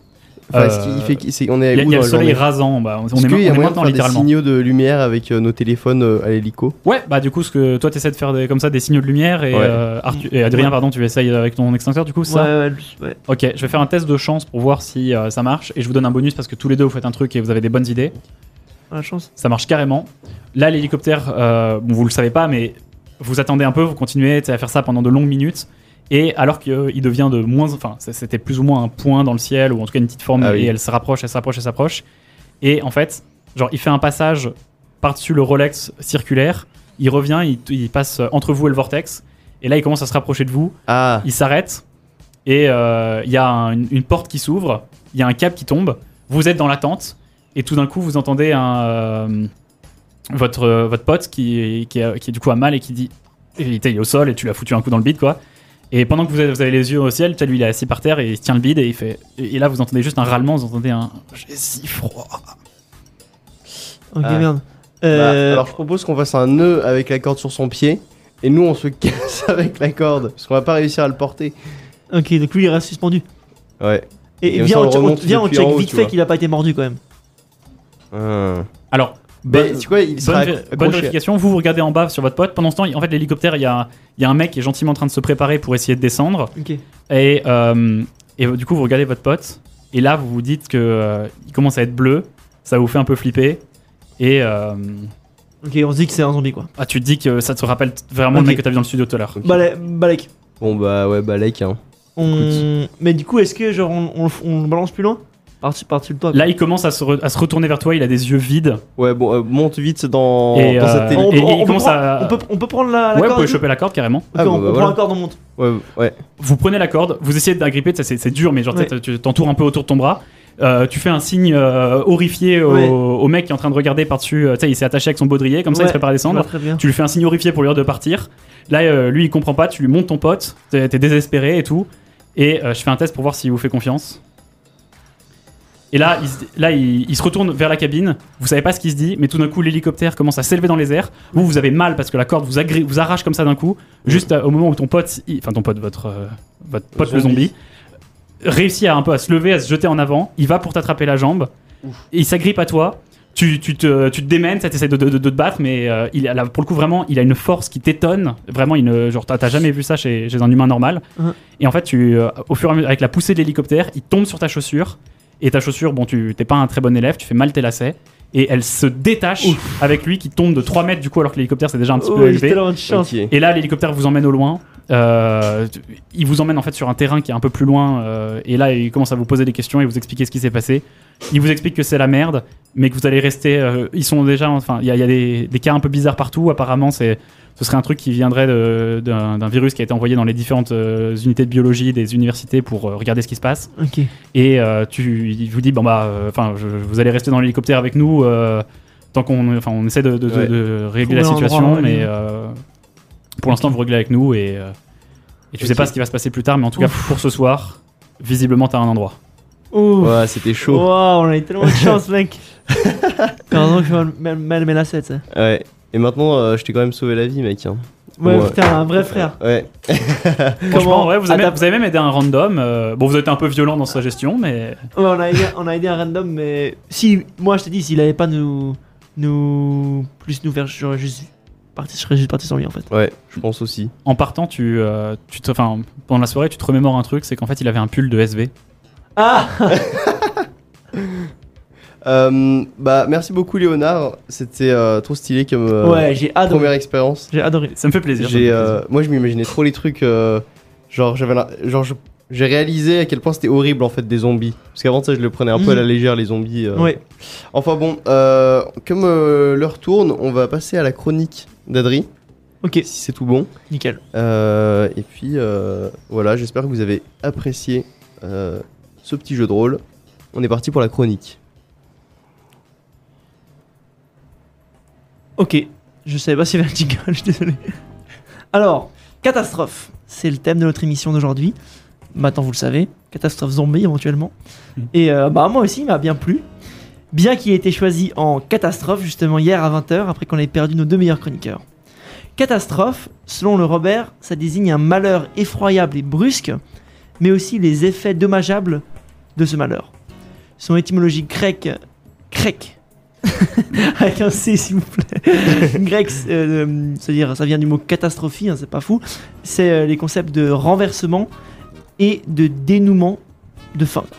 S1: Enfin, est-ce
S2: Euh,
S1: qu'il fait, c'est- on est
S2: Il y a,
S1: où
S2: il y a
S1: dans
S2: le
S1: la
S2: soleil
S1: journée
S2: rasant. bah, on, on
S1: Est-ce
S2: est,
S1: qu'il y a
S2: on
S1: moyen
S2: est
S1: de
S2: maintenant
S1: faire des
S2: littéralement.
S1: signaux de lumière avec euh, nos téléphones euh, à l'hélico
S2: Ouais, bah du coup, ce que toi t'essaies de faire des, comme ça des signaux de lumière et,
S1: Ouais.
S2: euh, Arthur- et Adrien,
S3: Ouais.
S2: pardon, tu essayes avec ton extincteur du coup, ça
S3: Ouais, ouais, plus- ouais.
S2: Ok, je vais faire un test de chance pour voir si euh, ça marche et je vous donne un bonus parce que tous les deux vous faites un truc et vous avez des bonnes idées.
S3: Ah, la chance.
S2: Ça marche carrément. Là, l'hélicoptère, euh, bon, vous le savez pas, mais vous attendez un peu, vous continuez tu sais, à faire ça pendant de longues minutes. Et alors qu'il devient de moins. Enfin, ça, c'était plus ou moins un point dans le ciel, ou en tout cas une petite forme,
S1: Ah oui.
S2: et elle se rapproche, elle se rapproche, elle s'approche. Et en fait, genre, il fait un passage par-dessus le Rolex circulaire, il revient, il, il passe euh, entre vous et le vortex, et là, il commence à se rapprocher de vous,
S1: Ah
S2: il s'arrête et euh, il y a un- une, une porte qui s'ouvre, il y a un câble qui tombe, vous êtes dans la tente et tout d'un coup vous entendez un, euh, votre, euh, votre pote qui, qui, a- qui est du coup à mal et qui dit et il était- il est au sol et tu lui as foutu un coup dans le bide quoi. Et pendant que vous avez, vous avez les yeux au ciel, tu lui il est assis par terre et il se tient le bide et il fait et et là vous entendez juste un râlement, vous entendez un j'ai si froid.
S3: Ok,
S1: Ah.
S3: merde.
S1: Bah,
S3: Euh,
S1: alors je propose qu'on fasse un nœud *laughs* avec la corde sur son pied et nous on se casse avec la corde parce qu'on va pas réussir à le porter.
S3: Ok, donc lui il reste suspendu.
S1: Ouais.
S3: Et,
S1: Et
S3: viens,
S1: comme
S3: on,
S1: ça, on
S3: on-
S1: remonte
S3: viens, on
S1: depuis
S3: check
S1: en haut,
S3: vite
S1: tu
S3: fait
S1: vois.
S3: qu'il a pas été mordu quand même.
S1: Ah.
S2: Alors, bonne-
S1: Mais Bah, tu vois, il
S2: Bonne,
S1: sera
S2: vé-
S1: accroché.
S2: bonne vérification. Vous, vous regardez en bas sur votre pote. Pendant ce temps, il- en fait, l'hélicoptère, il y a, il y a un mec qui est gentiment en train de se préparer pour essayer de descendre.
S3: Ok.
S2: Et, euh, et du coup, vous regardez votre pote. Et là, vous vous dites que euh, il commence à être bleu. Ça vous fait un peu flipper. Et euh,
S3: Ok, on se dit que c'est un zombie quoi.
S2: ah, tu te dis que ça te rappelle t- vraiment
S3: Ok. Bah,
S2: le mec que t'as vu dans le studio tout à l'heure.
S1: Ok.
S3: Balek, Balek.
S1: Bon bah ouais, bah like hein.
S3: On... Mais du coup, est-ce que genre on, on le f- on le balance plus loin Par-dessus par le toit. quoi.
S2: Là, il commence à se, re- à se retourner vers toi. Il a des yeux vides.
S1: Ouais, bon, euh, monte vite dans,
S2: Et,
S1: dans
S2: euh,
S1: cette télé.
S3: on,
S2: et- et
S3: on-
S2: il
S3: on peut
S2: commence
S3: prendre-
S2: à-
S3: on, peut, on peut prendre Ah, la, la
S2: ouais, vous
S3: corde
S2: pouvez
S3: et tout
S2: choper la corde carrément.
S3: Ok,
S1: Ah, bah, bah,
S3: on, on prend
S1: voilà.
S3: la corde, Oh, on monte.
S1: Ouais, ouais.
S2: Vous prenez la corde. Vous essayez de gripper. tu sais, C'est c'est dur, mais genre
S3: Ouais.
S2: t'sais, tu t'entoures un peu autour de ton bras. Euh, tu fais un signe euh, horrifié au,
S3: Ouais.
S2: au mec qui est en train de regarder par-dessus. euh, tu sais, il s'est attaché avec son baudrier. Comme ça, il
S3: Ouais,
S2: se prépare à
S3: Ça va
S2: descendre.
S3: très bien.
S2: Tu lui fais un signe horrifié pour lui dire de partir. Là, euh, lui, il comprend pas. Tu lui montes ton pote. T'es t'es désespéré et tout. Et euh, je fais un test pour voir s'il vous fait confiance. Et là, il, se- là il, il se retourne vers la cabine. Vous savez pas ce qu'il se dit, mais tout d'un coup, l'hélicoptère commence à s'élever dans les airs. Vous, vous avez mal parce que la corde vous, agré- vous arrache comme ça d'un coup. Juste euh, au moment où ton pote, il- enfin ton pote, votre, euh, votre pote le
S1: Zombie.
S2: zombie, réussit à un peu à se lever, à se jeter en avant. Il va pour t'attraper la jambe. Et il s'agrippe à toi. Tu, tu te, tu te démènes, ça t'essaie de, de- de- de te battre, mais euh, il a, là, pour le coup, vraiment, il a une force qui t'étonne. Vraiment, une, genre, t'as t'as jamais vu ça chez, chez un humain normal.
S3: Hein.
S2: Et en fait, tu, euh, au fur et à mesure, avec la poussée de l'hélicoptère, il tombe sur ta chaussure. Et ta chaussure, bon, tu t'es pas un très bon élève, tu fais mal tes lacets. Et elle se détache avec lui qui tombe de 3 mètres, du coup, alors que l'hélicoptère c'est déjà un petit
S3: Oh,
S2: peu
S3: il était
S2: élevé.
S3: là en chance.
S1: Ok.
S2: Et là, l'hélicoptère vous emmène au loin. Euh, tu- il vous emmène en fait sur un terrain qui est un peu plus loin. euh, et là, il commence à vous poser des questions et vous expliquer ce qui s'est passé. Il vous explique que c'est la merde, mais que vous allez rester. euh, ils sont déjà. Enfin, il y a, il y a des, des cas un peu bizarres partout. Apparemment, c'est. Ce serait un truc qui viendrait de- d'un d'un virus qui a été envoyé dans les différentes euh, unités de biologie des universités pour euh, regarder ce qui se passe.
S3: Ok.
S2: Et euh, tu, il vous dit bon bah, euh, enfin, je- vous allez rester dans l'hélicoptère avec nous euh, tant qu'on, enfin, on essaie de, de- de-
S1: Ouais.
S2: de régler
S3: Trouver
S2: la
S3: un
S2: situation,
S3: endroit,
S2: mais
S3: ouais.
S2: euh, pour l'instant vous réglez avec nous et, euh, et tu sais
S1: Ok.
S2: pas ce qui va se passer plus tard, mais en tout cas pour ce soir, visiblement t'as un endroit.
S3: Ouh.
S1: Ouais, c'était chaud.
S3: Waouh, on a eu *laughs* tellement de chance, mec. Pardon, que je mal- mal mal mes lacets. ça.
S1: Ouais. Et maintenant, euh, je t'ai quand même sauvé la vie, mec. hein.
S3: Ouais,
S1: Ouais.
S3: putain, un vrai frère.
S1: Ouais.
S2: Franchement, ouais, vous avez,
S3: Ah,
S2: vous avez même aidé un random. euh, bon, vous êtes un peu violent dans sa gestion, mais
S3: Ouais, on, a aidé, on a aidé un random, mais si, moi je te dis, s'il avait pas nous. nous. plus nous faire. J'aurais juste. Parti, je serais juste parti sans lui en fait.
S1: Ouais, je pense aussi.
S2: en partant, tu, euh, tu te, enfin, pendant la soirée, tu te remémores un truc, c'est qu'en fait il avait un pull de SV.
S3: Ah
S1: Euh, bah, merci beaucoup, Léonard. C'était euh, trop stylé comme euh,
S3: Ouais, j'ai adoré.
S1: première expérience.
S3: J'ai adoré.
S2: Ça me fait plaisir. ça me
S1: J'ai,
S2: fait
S1: euh, moi, je m'imaginais trop les trucs. euh, genre, j'avais, la- genre, je- j'ai réalisé à quel point c'était horrible en fait des zombies. Parce qu'avant ça, je le prenais un peu à la légère les zombies. euh.
S3: Ouais.
S1: Enfin bon, euh, comme euh, l'heure tourne, on va passer à la chronique d'Adri,
S3: Ok,
S1: si c'est tout bon.
S3: nickel.
S1: Euh, et puis euh, voilà, j'espère que vous avez apprécié euh, ce petit jeu de rôle. On est parti pour la chronique.
S3: Ok, je savais pas s'il y avait un jingle, *laughs* je suis désolé. Alors, catastrophe, c'est le thème de notre émission d'aujourd'hui. Maintenant, vous le savez, catastrophe zombie éventuellement. Et euh, bah, moi aussi, il m'a bien plu. Bien qu'il ait été choisi en catastrophe justement hier à 20h après qu'on ait perdu nos deux meilleurs chroniqueurs. Catastrophe, selon le Robert, ça désigne un malheur effroyable et brusque, mais aussi les effets dommageables de ce malheur. Son étymologie grecque, grec, *laughs* avec un C s'il vous plaît, *laughs* grec, c'est, euh, c'est-à-dire ça vient du mot catastrophie, hein, c'est pas fou, c'est euh, les concepts de renversement et de dénouement de fin. quoi.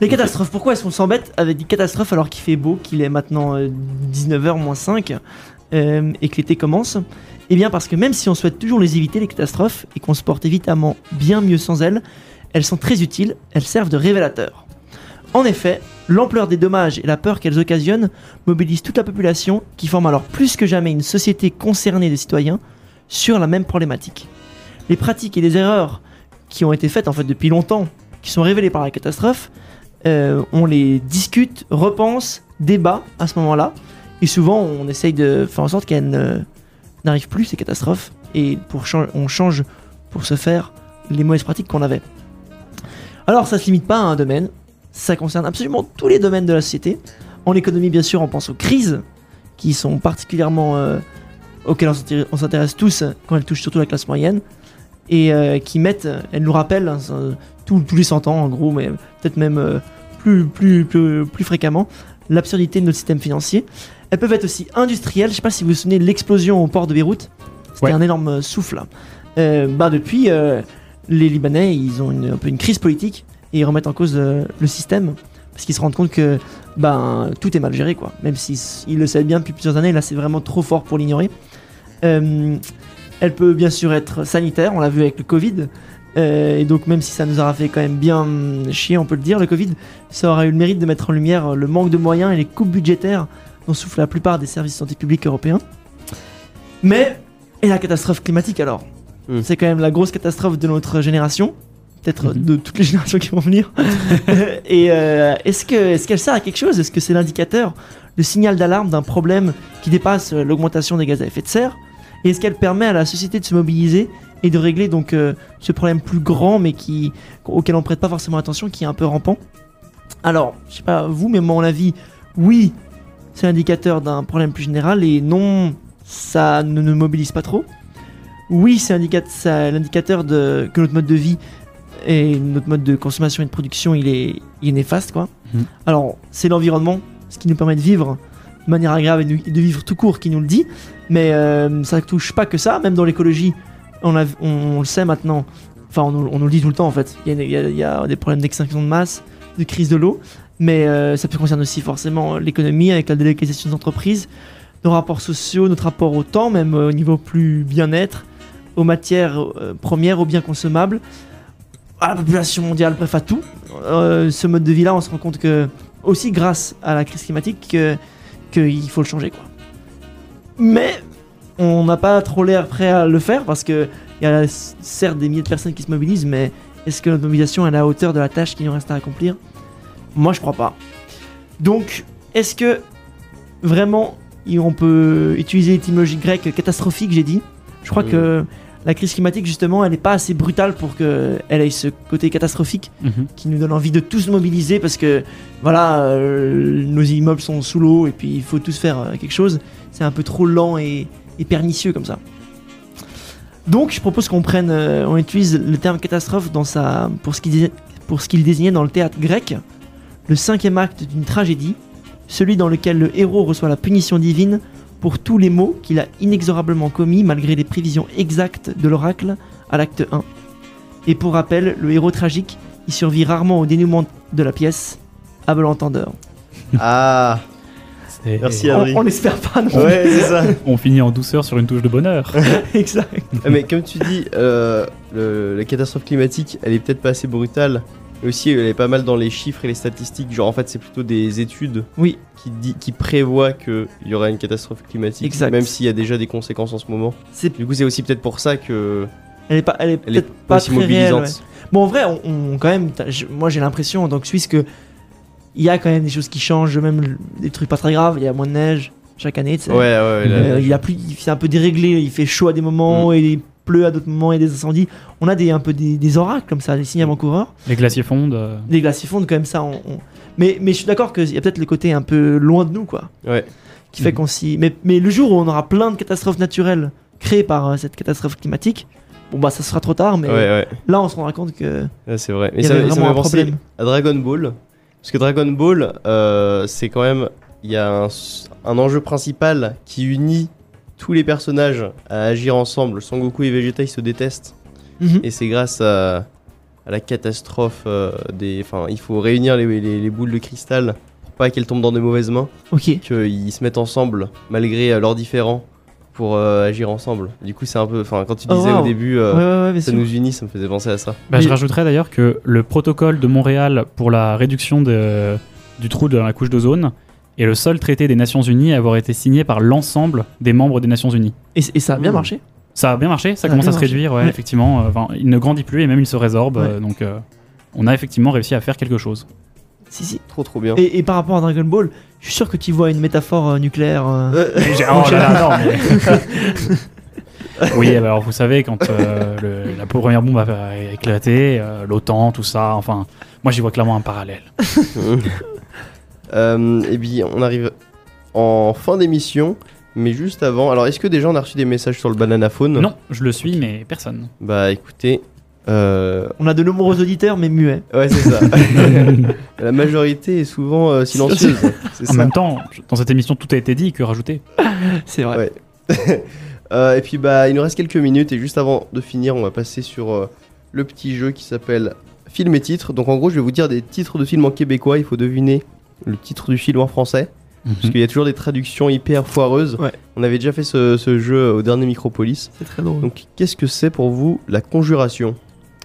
S3: Les catastrophes, pourquoi est-ce qu'on s'embête avec des catastrophes alors qu'il fait beau, qu'il est maintenant 19h moins 5 euh, et que l'été commence Eh bien parce que même si on souhaite toujours les éviter, les catastrophes, et qu'on se porte évidemment bien mieux sans elles, elles sont très utiles, elles servent de révélateurs. En effet, l'ampleur des dommages et la peur qu'elles occasionnent mobilisent toute la population qui forme alors plus que jamais une société concernée des citoyens sur la même problématique. Les pratiques et les erreurs qui ont été faites en fait depuis longtemps, qui sont révélées par la catastrophe, euh, on les discute, repense, débat à ce moment-là, et souvent on essaye de faire en sorte qu'elles ne- n'arrivent plus ces catastrophes, et pour chan- on change pour se faire les mauvaises pratiques qu'on avait. Alors ça se limite pas à un domaine, ça concerne absolument tous les domaines de la société. En économie, bien sûr, on pense aux crises, qui sont particulièrement euh, auxquelles on s'intér- on s'intéresse tous euh, quand elles touchent surtout la classe moyenne. et euh, qui mettent, elle nous rappelle hein, ça, tous- tous les 100 ans en gros, mais peut-être même euh, plus, plus, plus, plus fréquemment, l'absurdité de notre système financier. Elles peuvent être aussi industrielles, je sais pas si vous vous souvenez de l'explosion au port de Beyrouth, c'était
S2: Ouais.
S3: un énorme euh, souffle. là. Euh, bah depuis, euh, les Libanais, ils ont une- un peu une crise politique et ils remettent en cause euh, le système parce qu'ils se rendent compte que ben, tout est mal géré, quoi. Même s'ils ils le savent bien depuis plusieurs années, là c'est vraiment trop fort pour l'ignorer. Euh, elle peut bien sûr être sanitaire, on l'a vu avec le Covid. Euh, et donc même si ça nous aura fait quand même bien hum, chier, on peut le dire, le Covid, ça aura eu le mérite de mettre en lumière euh, le manque de moyens et les coupes budgétaires dont souffrent la plupart des services de santé publique européens. Mais, et la catastrophe climatique alors
S1: Hmm.
S3: C'est quand même la grosse catastrophe de notre génération, peut-être
S2: Mhm.
S3: de toutes les *laughs* générations qui vont venir. *laughs* et euh, est-ce que- est-ce qu'elle sert à quelque chose Est-ce que c'est l'indicateur, le signal d'alarme d'un problème qui dépasse euh, l'augmentation des gaz à effet de serre Et est-ce qu'elle permet à la société de se mobiliser et de régler donc euh, ce problème plus grand mais qui, auquel on prête pas forcément attention, qui est un peu rampant Alors, je sais pas vous, mais moi, à mon avis, oui, c'est l'indicateur d'un problème plus général et non, ça ne nous mobilise pas trop. Oui, c'est indica- ça- l'indicateur de- que notre mode de vie et notre mode de consommation et de production, il est, il est néfaste, quoi.
S2: Mhm.
S3: Alors, c'est l'environnement, ce qui nous permet de vivre de manière agréable et de- et de vivre tout court, qui nous le dit. Mais euh, ça ne touche pas que ça, même dans l'écologie, on, l'a- on- on le sait maintenant. Enfin, on, nous- on nous le dit tout le temps, en fait. Il y a, il y a- il y a des problèmes d'extinction de masse, de crise de l'eau, mais euh, ça peut concerner aussi forcément l'économie avec la délocalisation des entreprises, nos rapports sociaux, notre rapport au temps, même euh, au niveau plus bien-être, aux matières euh, premières, aux biens consommables, à la population mondiale, bref, à tout. Euh, ce mode de vie-là, on se rend compte que, aussi grâce à la crise climatique, que- qu'il faut le changer, quoi. Mais on n'a pas trop l'air prêt à le faire parce que il y a certes des milliers de personnes qui se mobilisent, mais est-ce que notre mobilisation est à la hauteur de la tâche qui nous reste à accomplir Moi, je crois pas. Donc, est-ce que vraiment et on peut utiliser l'étymologie grecque catastrophique, j'ai dit Je crois
S1: Mhm.
S3: que la crise climatique, justement, elle n'est pas assez brutale pour qu'elle ait ce côté catastrophique
S2: Mhm.
S3: qui nous donne envie de tous mobiliser parce que voilà, euh, nos immeubles sont sous l'eau et puis il faut tous faire euh, quelque chose. C'est un peu trop lent et, et pernicieux comme ça. Donc je propose qu'on prenne, euh, on utilise le terme catastrophe dans sa, pour ce qu'il disait- pour ce qu'il désignait dans le théâtre grec, le cinquième acte d'une tragédie, celui dans lequel le héros reçoit la punition divine pour tous les maux qu'il a inexorablement commis malgré les prévisions exactes de l'oracle à l'acte 1. Et pour rappel, le héros tragique il survit rarement au dénouement de la pièce, à bon entendeur.
S1: Ah,
S2: C'est-
S1: merci
S3: On,
S1: Adri.
S3: on l'espère pas, non
S1: Ah Ouais, c'est ça.
S2: On finit en douceur sur une touche de bonheur.
S1: *laughs*
S3: *laughs* Exact.
S1: Ah, Mais comme tu dis, euh, le- la catastrophe climatique, elle est peut-être pas assez brutale. Et aussi, elle est pas mal dans les chiffres et les statistiques. Genre, en fait, c'est plutôt des études
S3: Oui.
S1: qui, dit, qui prévoient qu'il y aura une catastrophe climatique,
S3: Exact.
S1: même s'il y a déjà des conséquences en ce moment.
S3: C'est-
S1: Du coup, c'est aussi peut-être pour ça que
S3: Elle est, pas, elle est
S1: elle est
S3: peut-être
S1: pas
S3: pas
S1: aussi
S3: très réelle. ouais.
S1: mobilisante.
S3: Bon, en vrai, on, on- quand même, t'as- je- moi j'ai l'impression en tant que Suisse que il y a quand même des choses qui changent, même le- des trucs pas très graves. Il y a moins de neige chaque année. tu sais.
S1: Ouais, ouais, Mm. là,
S3: Euh, il y a plus, il- c'est un peu déréglé. Il fait chaud à des moments et il pleut à d'autres moments. Il y a des incendies. On a des un peu des, des oracles comme ça, des signes avant-coureurs.
S2: Les glaciers fondent. euh,
S3: les glaciers fondent comme ça. On, on- Mais, mais je suis d'accord qu'il y a peut-être le côté un peu loin de nous, quoi.
S1: Ouais.
S3: Qui fait
S2: Mhm.
S3: qu'on s'y. Mais, mais le jour où on aura plein de catastrophes naturelles créées par euh, cette catastrophe climatique, bon bah ça sera trop tard, mais
S1: ouais, ouais,
S3: là on se rendra compte que
S1: Ouais, c'est vrai. Mais
S3: il y
S1: ça,
S3: avait
S1: ça
S3: vraiment
S1: m'a
S3: un
S1: pensé
S3: problème.
S1: à Dragon Ball. Parce que Dragon Ball, euh, c'est quand même. Il y a un, s- un enjeu principal qui unit tous les personnages à agir ensemble. Son Goku et Vegeta, ils se détestent.
S3: Mhm.
S1: Et c'est grâce à, à la catastrophe euh, des. Enfin, il faut réunir les, les- les boules de cristal pour pas qu'elles tombent dans de mauvaises mains.
S3: Ok.
S1: Qu'ils se mettent ensemble, malgré euh, leurs différends, pour euh, agir ensemble. Du coup, c'est un peu. Enfin, quand tu
S3: Oh,
S1: disais au
S3: wow.
S1: début. euh,
S3: ouais, ouais, ouais, bien
S1: Ça
S3: sûr.
S1: nous unit, ça me faisait penser à ça.
S2: Bah, Je
S3: Mais-
S2: rajouterais d'ailleurs que le protocole de Montréal pour la réduction de- du trou dans la couche d'ozone est le seul traité des Nations Unies à avoir été signé par l'ensemble des membres des Nations Unies.
S3: Et, et ça a bien
S1: Mmh.
S3: marché.
S2: Ça a bien marché, ça,
S3: Ça a
S2: commence
S3: bien
S2: à se
S3: marché.
S2: réduire, ouais,
S3: Ouais.
S2: effectivement. euh, enfin, il ne grandit plus et même il se résorbe,
S3: Ouais.
S2: euh, donc euh, on a effectivement réussi à faire quelque chose.
S3: Si, si.
S1: Trop, trop bien.
S3: Et, et par rapport à Dragon Ball, je suis sûr que tu vois une métaphore euh, nucléaire. euh,
S1: *laughs* Euh,
S2: Oh là là, non, mais- *laughs* oui, eh ben, alors vous savez, quand euh, le- la première bombe a éclaté, euh, l'OTAN, tout ça, enfin, moi j'y vois clairement un parallèle.
S1: eh Euh, et bien, on arrive en fin d'émission. Mais juste avant, alors est-ce que déjà on a reçu des messages sur le bananaphone
S2: Non, je le suis, mais personne.
S1: Bah écoutez, euh,
S3: On a de nombreux auditeurs, mais muets.
S1: ouais c'est ça. La majorité est souvent euh, silencieuse. C'est
S2: En
S1: ça.
S2: même temps, je- dans cette émission, tout a été dit, que rajouter
S3: C'est vrai.
S1: Ouais. Euh, et puis bah il nous reste quelques minutes et juste avant de finir, on va passer sur euh, le petit jeu qui s'appelle Film et titres. Donc en gros, je vais vous dire des titres de films en québécois. Il faut deviner le titre du film en français.
S2: Hmm.
S1: Parce qu'il y a toujours des traductions hyper foireuses.
S3: Ouais.
S1: On avait déjà fait ce, ce jeu au dernier Micropolis.
S3: C'est très drôle.
S1: Donc qu'est-ce que c'est pour vous la conjuration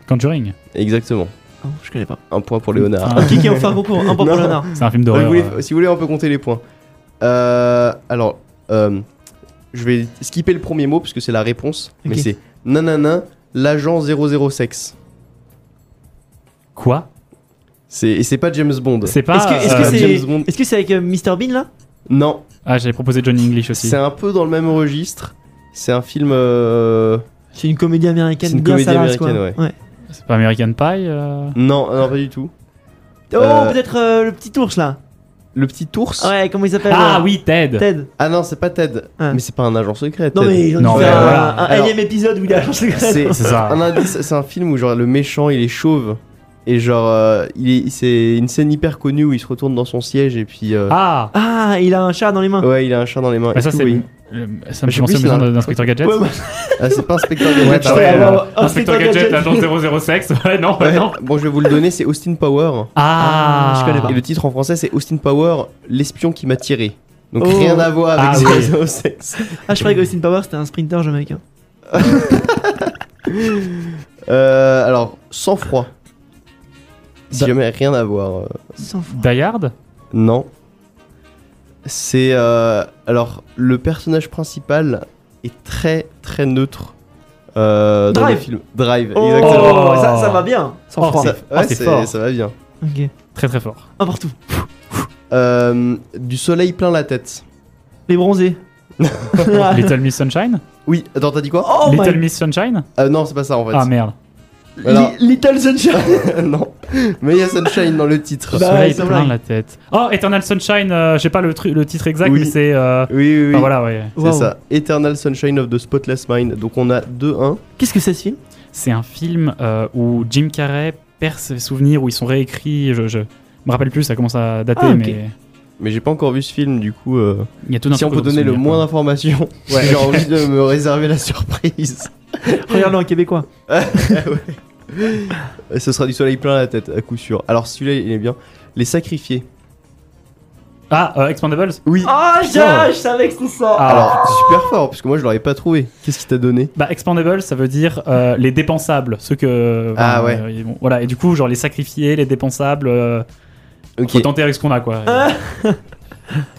S2: Conjuring.
S1: Exactement.
S3: Non, Ah, je connais pas.
S1: Un point pour Léonard.
S2: Ah,
S3: Qui qui a offert un
S1: *laughs*
S3: concours Un point
S1: Non.
S3: pour Léonard.
S2: C'est un film
S1: Si vous
S2: d'horreur.
S1: voulez-
S2: euh.
S1: si vous voulez, on peut compter les points. Euh, alors, euh, je vais skipper le premier mot parce que c'est la réponse. Mais
S3: Ok.
S1: c'est nanana, l'agent 00 sexe.
S2: Quoi
S1: C'est, et c'est pas James Bond.
S2: C'est pas.
S3: Est-ce que est-ce
S2: euh,
S3: que
S1: euh,
S3: c'est
S1: James Bond.
S3: est-ce que c'est avec euh, Mr Bean là
S1: Non,
S2: Ah, j'avais proposé Johnny English aussi.
S1: c'est un peu dans le même registre. C'est un film. euh,
S3: C'est une comédie américaine.
S1: C'est une
S3: bien
S1: comédie
S3: salace, quoi.
S1: américaine,
S2: C'est pas American Pie euh
S1: Non, non, pas du tout.
S3: Oh,
S1: Euh,
S3: peut-être euh, le petit ours là.
S1: Le petit ours
S3: Ouais, comment il s'appelle
S2: Ah
S3: euh,
S2: oui, Ted.
S3: Ted.
S1: Ah non, c'est pas Ted.
S3: Ah.
S1: Mais c'est pas un agent secret.
S3: Non
S1: Ted.
S3: mais j'en
S2: Non,
S3: ai fait
S2: mais
S3: un-
S2: voilà.
S3: un
S1: Alors-
S3: énième épisode où il a changé
S1: C'est
S2: C'est ça.
S1: un indice, c'est un film où genre le méchant il est chauve et genre euh, il est- c'est une scène hyper connue où il se retourne dans son siège et puis euh,
S2: Ah
S3: Ah, il a un chat dans les mains.
S1: ouais il a un chat dans les mains.
S2: Bah, ça,
S1: Est-ce
S2: c'est.
S1: que oui
S2: euh, Ça me
S1: Je
S2: fait
S1: sais
S2: penser
S1: plus,
S2: au méchant
S1: c'est un-
S2: d'inspecteur Gadget.
S3: Ouais, bah,
S1: Ah, c'est pas Inspecteur
S2: Ouais,
S1: Gadget.
S2: bah
S1: je
S2: ouais,
S1: crois.
S2: euh,
S3: alors, oh, Inspecteur
S2: Inspecteur Gadget,
S3: Gadget.
S2: l'agent 006. *laughs* Ouais, non, ouais,
S1: Ouais.
S2: non.
S1: Bon je vais vous le donner, c'est Austin Power
S2: Ah,
S3: je connais pas.
S1: et le titre en français c'est Austin Power, l'espion qui m'a tiré. Donc
S3: Oh.
S1: rien à voir avec
S2: Ah,
S1: Zero
S2: oui.
S1: Zero Sex.
S3: Ah, je croyais que Austin Power c'était un sprinter hein. jamaïcain.
S1: Euh, alors sans froid. Si
S2: Da-
S1: jamais rien à voir. euh,
S3: Sans fou.
S2: Die Hard
S1: Non. C'est euh, alors le personnage principal est très très neutre euh, dans le
S3: Drive.
S1: film. Drive,
S3: Oh,
S1: exactement.
S3: ça, ça va bien. Sans
S2: Oh,
S3: froid.
S1: Ça,
S2: Oh,
S1: ouais,
S2: c'est
S1: c'est-
S2: fort.
S1: ça va bien.
S3: Ok.
S2: Très très fort.
S3: Un partout.
S1: Euh, du soleil plein la tête. *laughs*
S3: Les bronzés.
S2: Little Miss Sunshine
S1: Oui, attends, t'as dit quoi
S3: Ah. Oh my
S2: Little Miss Sunshine
S1: Euh, Non, c'est pas ça en fait.
S2: Ah merde.
S1: Voilà.
S3: Li- Little Sunshine.
S1: *laughs* non, mais il y a Sunshine dans le titre.
S3: Bah,
S2: Soleil
S3: c'est
S2: plein
S3: vrai.
S2: la tête. Oh, Eternal Sunshine, euh, j'ai pas le, tru- le titre exact,
S1: Oui.
S2: mais c'est. euh,
S1: Oui, oui, oui.
S2: Ah voilà, ouais.
S1: C'est
S3: Wow.
S1: ça. Eternal Sunshine of the Spotless Mind. Donc on a 2-1.
S3: Qu'est-ce que c'est ce film
S2: C'est un film euh, où Jim Carrey perd ses souvenirs, où ils sont réécrits. Je, je me rappelle plus, ça commence à dater,
S3: Ah, ok.
S2: mais
S1: Mais j'ai pas encore vu ce film, du coup. euh,
S2: il y a tout un
S1: Si on
S2: truc
S1: peut
S2: autour de
S1: donner le
S2: souvenirs,
S1: moins
S2: quoi.
S1: d'informations,
S2: *laughs*
S1: *laughs* j'ai envie de me réserver la surprise. *laughs*
S3: Regarde-le en québécois.
S1: Et Ce sera du soleil plein à la tête, à coup sûr. Alors celui-là, il est bien. Les sacrifiés.
S2: Ah, euh, Expandables
S1: Oui.
S3: Ah,
S1: Putain.
S3: je savais que c'était ça.
S2: Ah.
S1: Alors, super fort, parce que moi, je l'aurais pas trouvé. Qu'est-ce qui t'a donné
S2: Bah, Expandables, ça veut dire euh, les dépensables, ceux que.
S1: Ah,
S2: euh,
S1: ouais.
S2: ils vont- voilà, et du coup, genre les sacrifiés, les dépensables, euh,
S1: Ok.
S2: faut tenter avec ce qu'on a, quoi.
S3: Ah.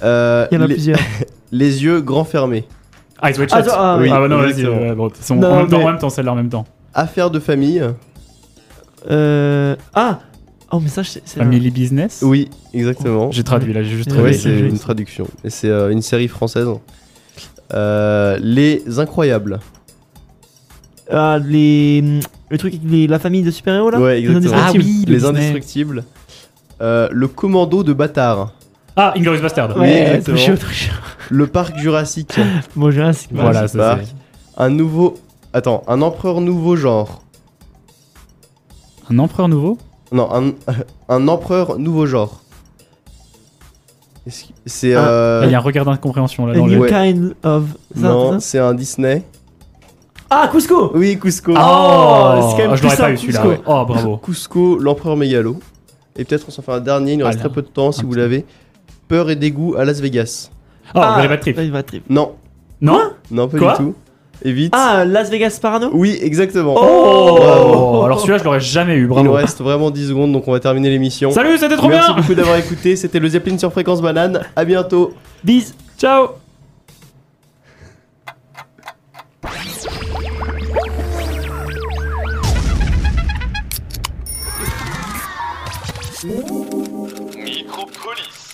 S1: Euh,
S3: Il y en a
S1: les,
S3: plusieurs.
S1: *laughs* les yeux grands fermés.
S2: Eyes Wide Shut.
S3: Ah, ah, oui.
S2: Ah, bah non, vas-y,
S1: exactement.
S2: ouais, bon, de toute façon,
S3: Non,
S2: en même temps,
S3: mais-
S2: en même temps, celle-là en même temps.
S1: Affaires de famille.
S3: Euh. Ah Oh, mais ça, je sais- c'est.
S2: Family Business
S1: Oui, exactement.
S2: J'ai traduit là, j'ai juste
S3: Ouais,
S1: Ouais,
S2: traduit.
S1: c'est
S3: j'ai-
S1: une traduction. Et c'est euh, une série française. Euh, les incroyables.
S3: Ah, les. Le truc avec les- la famille de super-héros là
S1: Ouais, exactement.
S3: Ah,
S2: Ah oui, le
S1: les
S2: Disney.
S1: indestructibles. Euh, le commando de bâtard.
S2: Ah, Inglourious Bastard.
S1: Oui,
S3: Ouais,
S1: exactement.
S3: tricheur, tricheur.
S1: Le parc jurassique.
S3: Bon, j'ai un signe.
S2: Voilà,
S1: c'est
S2: ça
S1: pas.
S2: c'est.
S1: Un nouveau. Attends, un empereur nouveau genre.
S2: Un empereur nouveau
S1: Non, un, *laughs* un empereur nouveau genre. Est-ce que- C'est
S3: Ah,
S1: euh,
S2: Ah, Il y a un regard d'incompréhension là
S3: A
S2: dans
S3: new
S2: le.
S1: Ouais.
S3: kind of. Ça,
S1: non,
S3: ça
S1: c'est un Disney.
S3: Ah, Cusco
S1: Oui, Cusco.
S3: Oh, c'est quand même
S2: Ah, je
S3: plus
S2: l'aurais pas
S3: simple,
S2: eu celui-là.
S3: Cusco.
S2: ouais. Oh, bravo.
S1: *laughs* Cusco, l'empereur mégalo. Et peut-être on s'en fait un dernier, il nous
S2: Ah,
S1: reste
S2: là.
S1: très peu de temps si
S2: Un
S1: vous
S2: petit.
S1: l'avez. Peur et dégoût à Las Vegas.
S2: Oh,
S3: ah,
S2: Very Bad Trip.
S3: Very Bad Trip.
S1: Non,
S2: Non
S1: non, pas
S2: Quoi
S1: du tout. Et vite.
S3: Ah, Las Vegas Parano
S1: Oui, exactement.
S3: Oh
S2: Oh, Alors celui-là, je l'aurais jamais eu,
S1: il nous
S2: bravo.
S1: reste vraiment 10 secondes, donc on va terminer l'émission.
S2: Salut, c'était trop
S1: Merci
S2: bien
S1: beaucoup d'avoir écouté. C'était le Zeppelin sur Fréquence Banane. À bientôt.
S3: Bis
S2: Ciao
S5: Micropolis.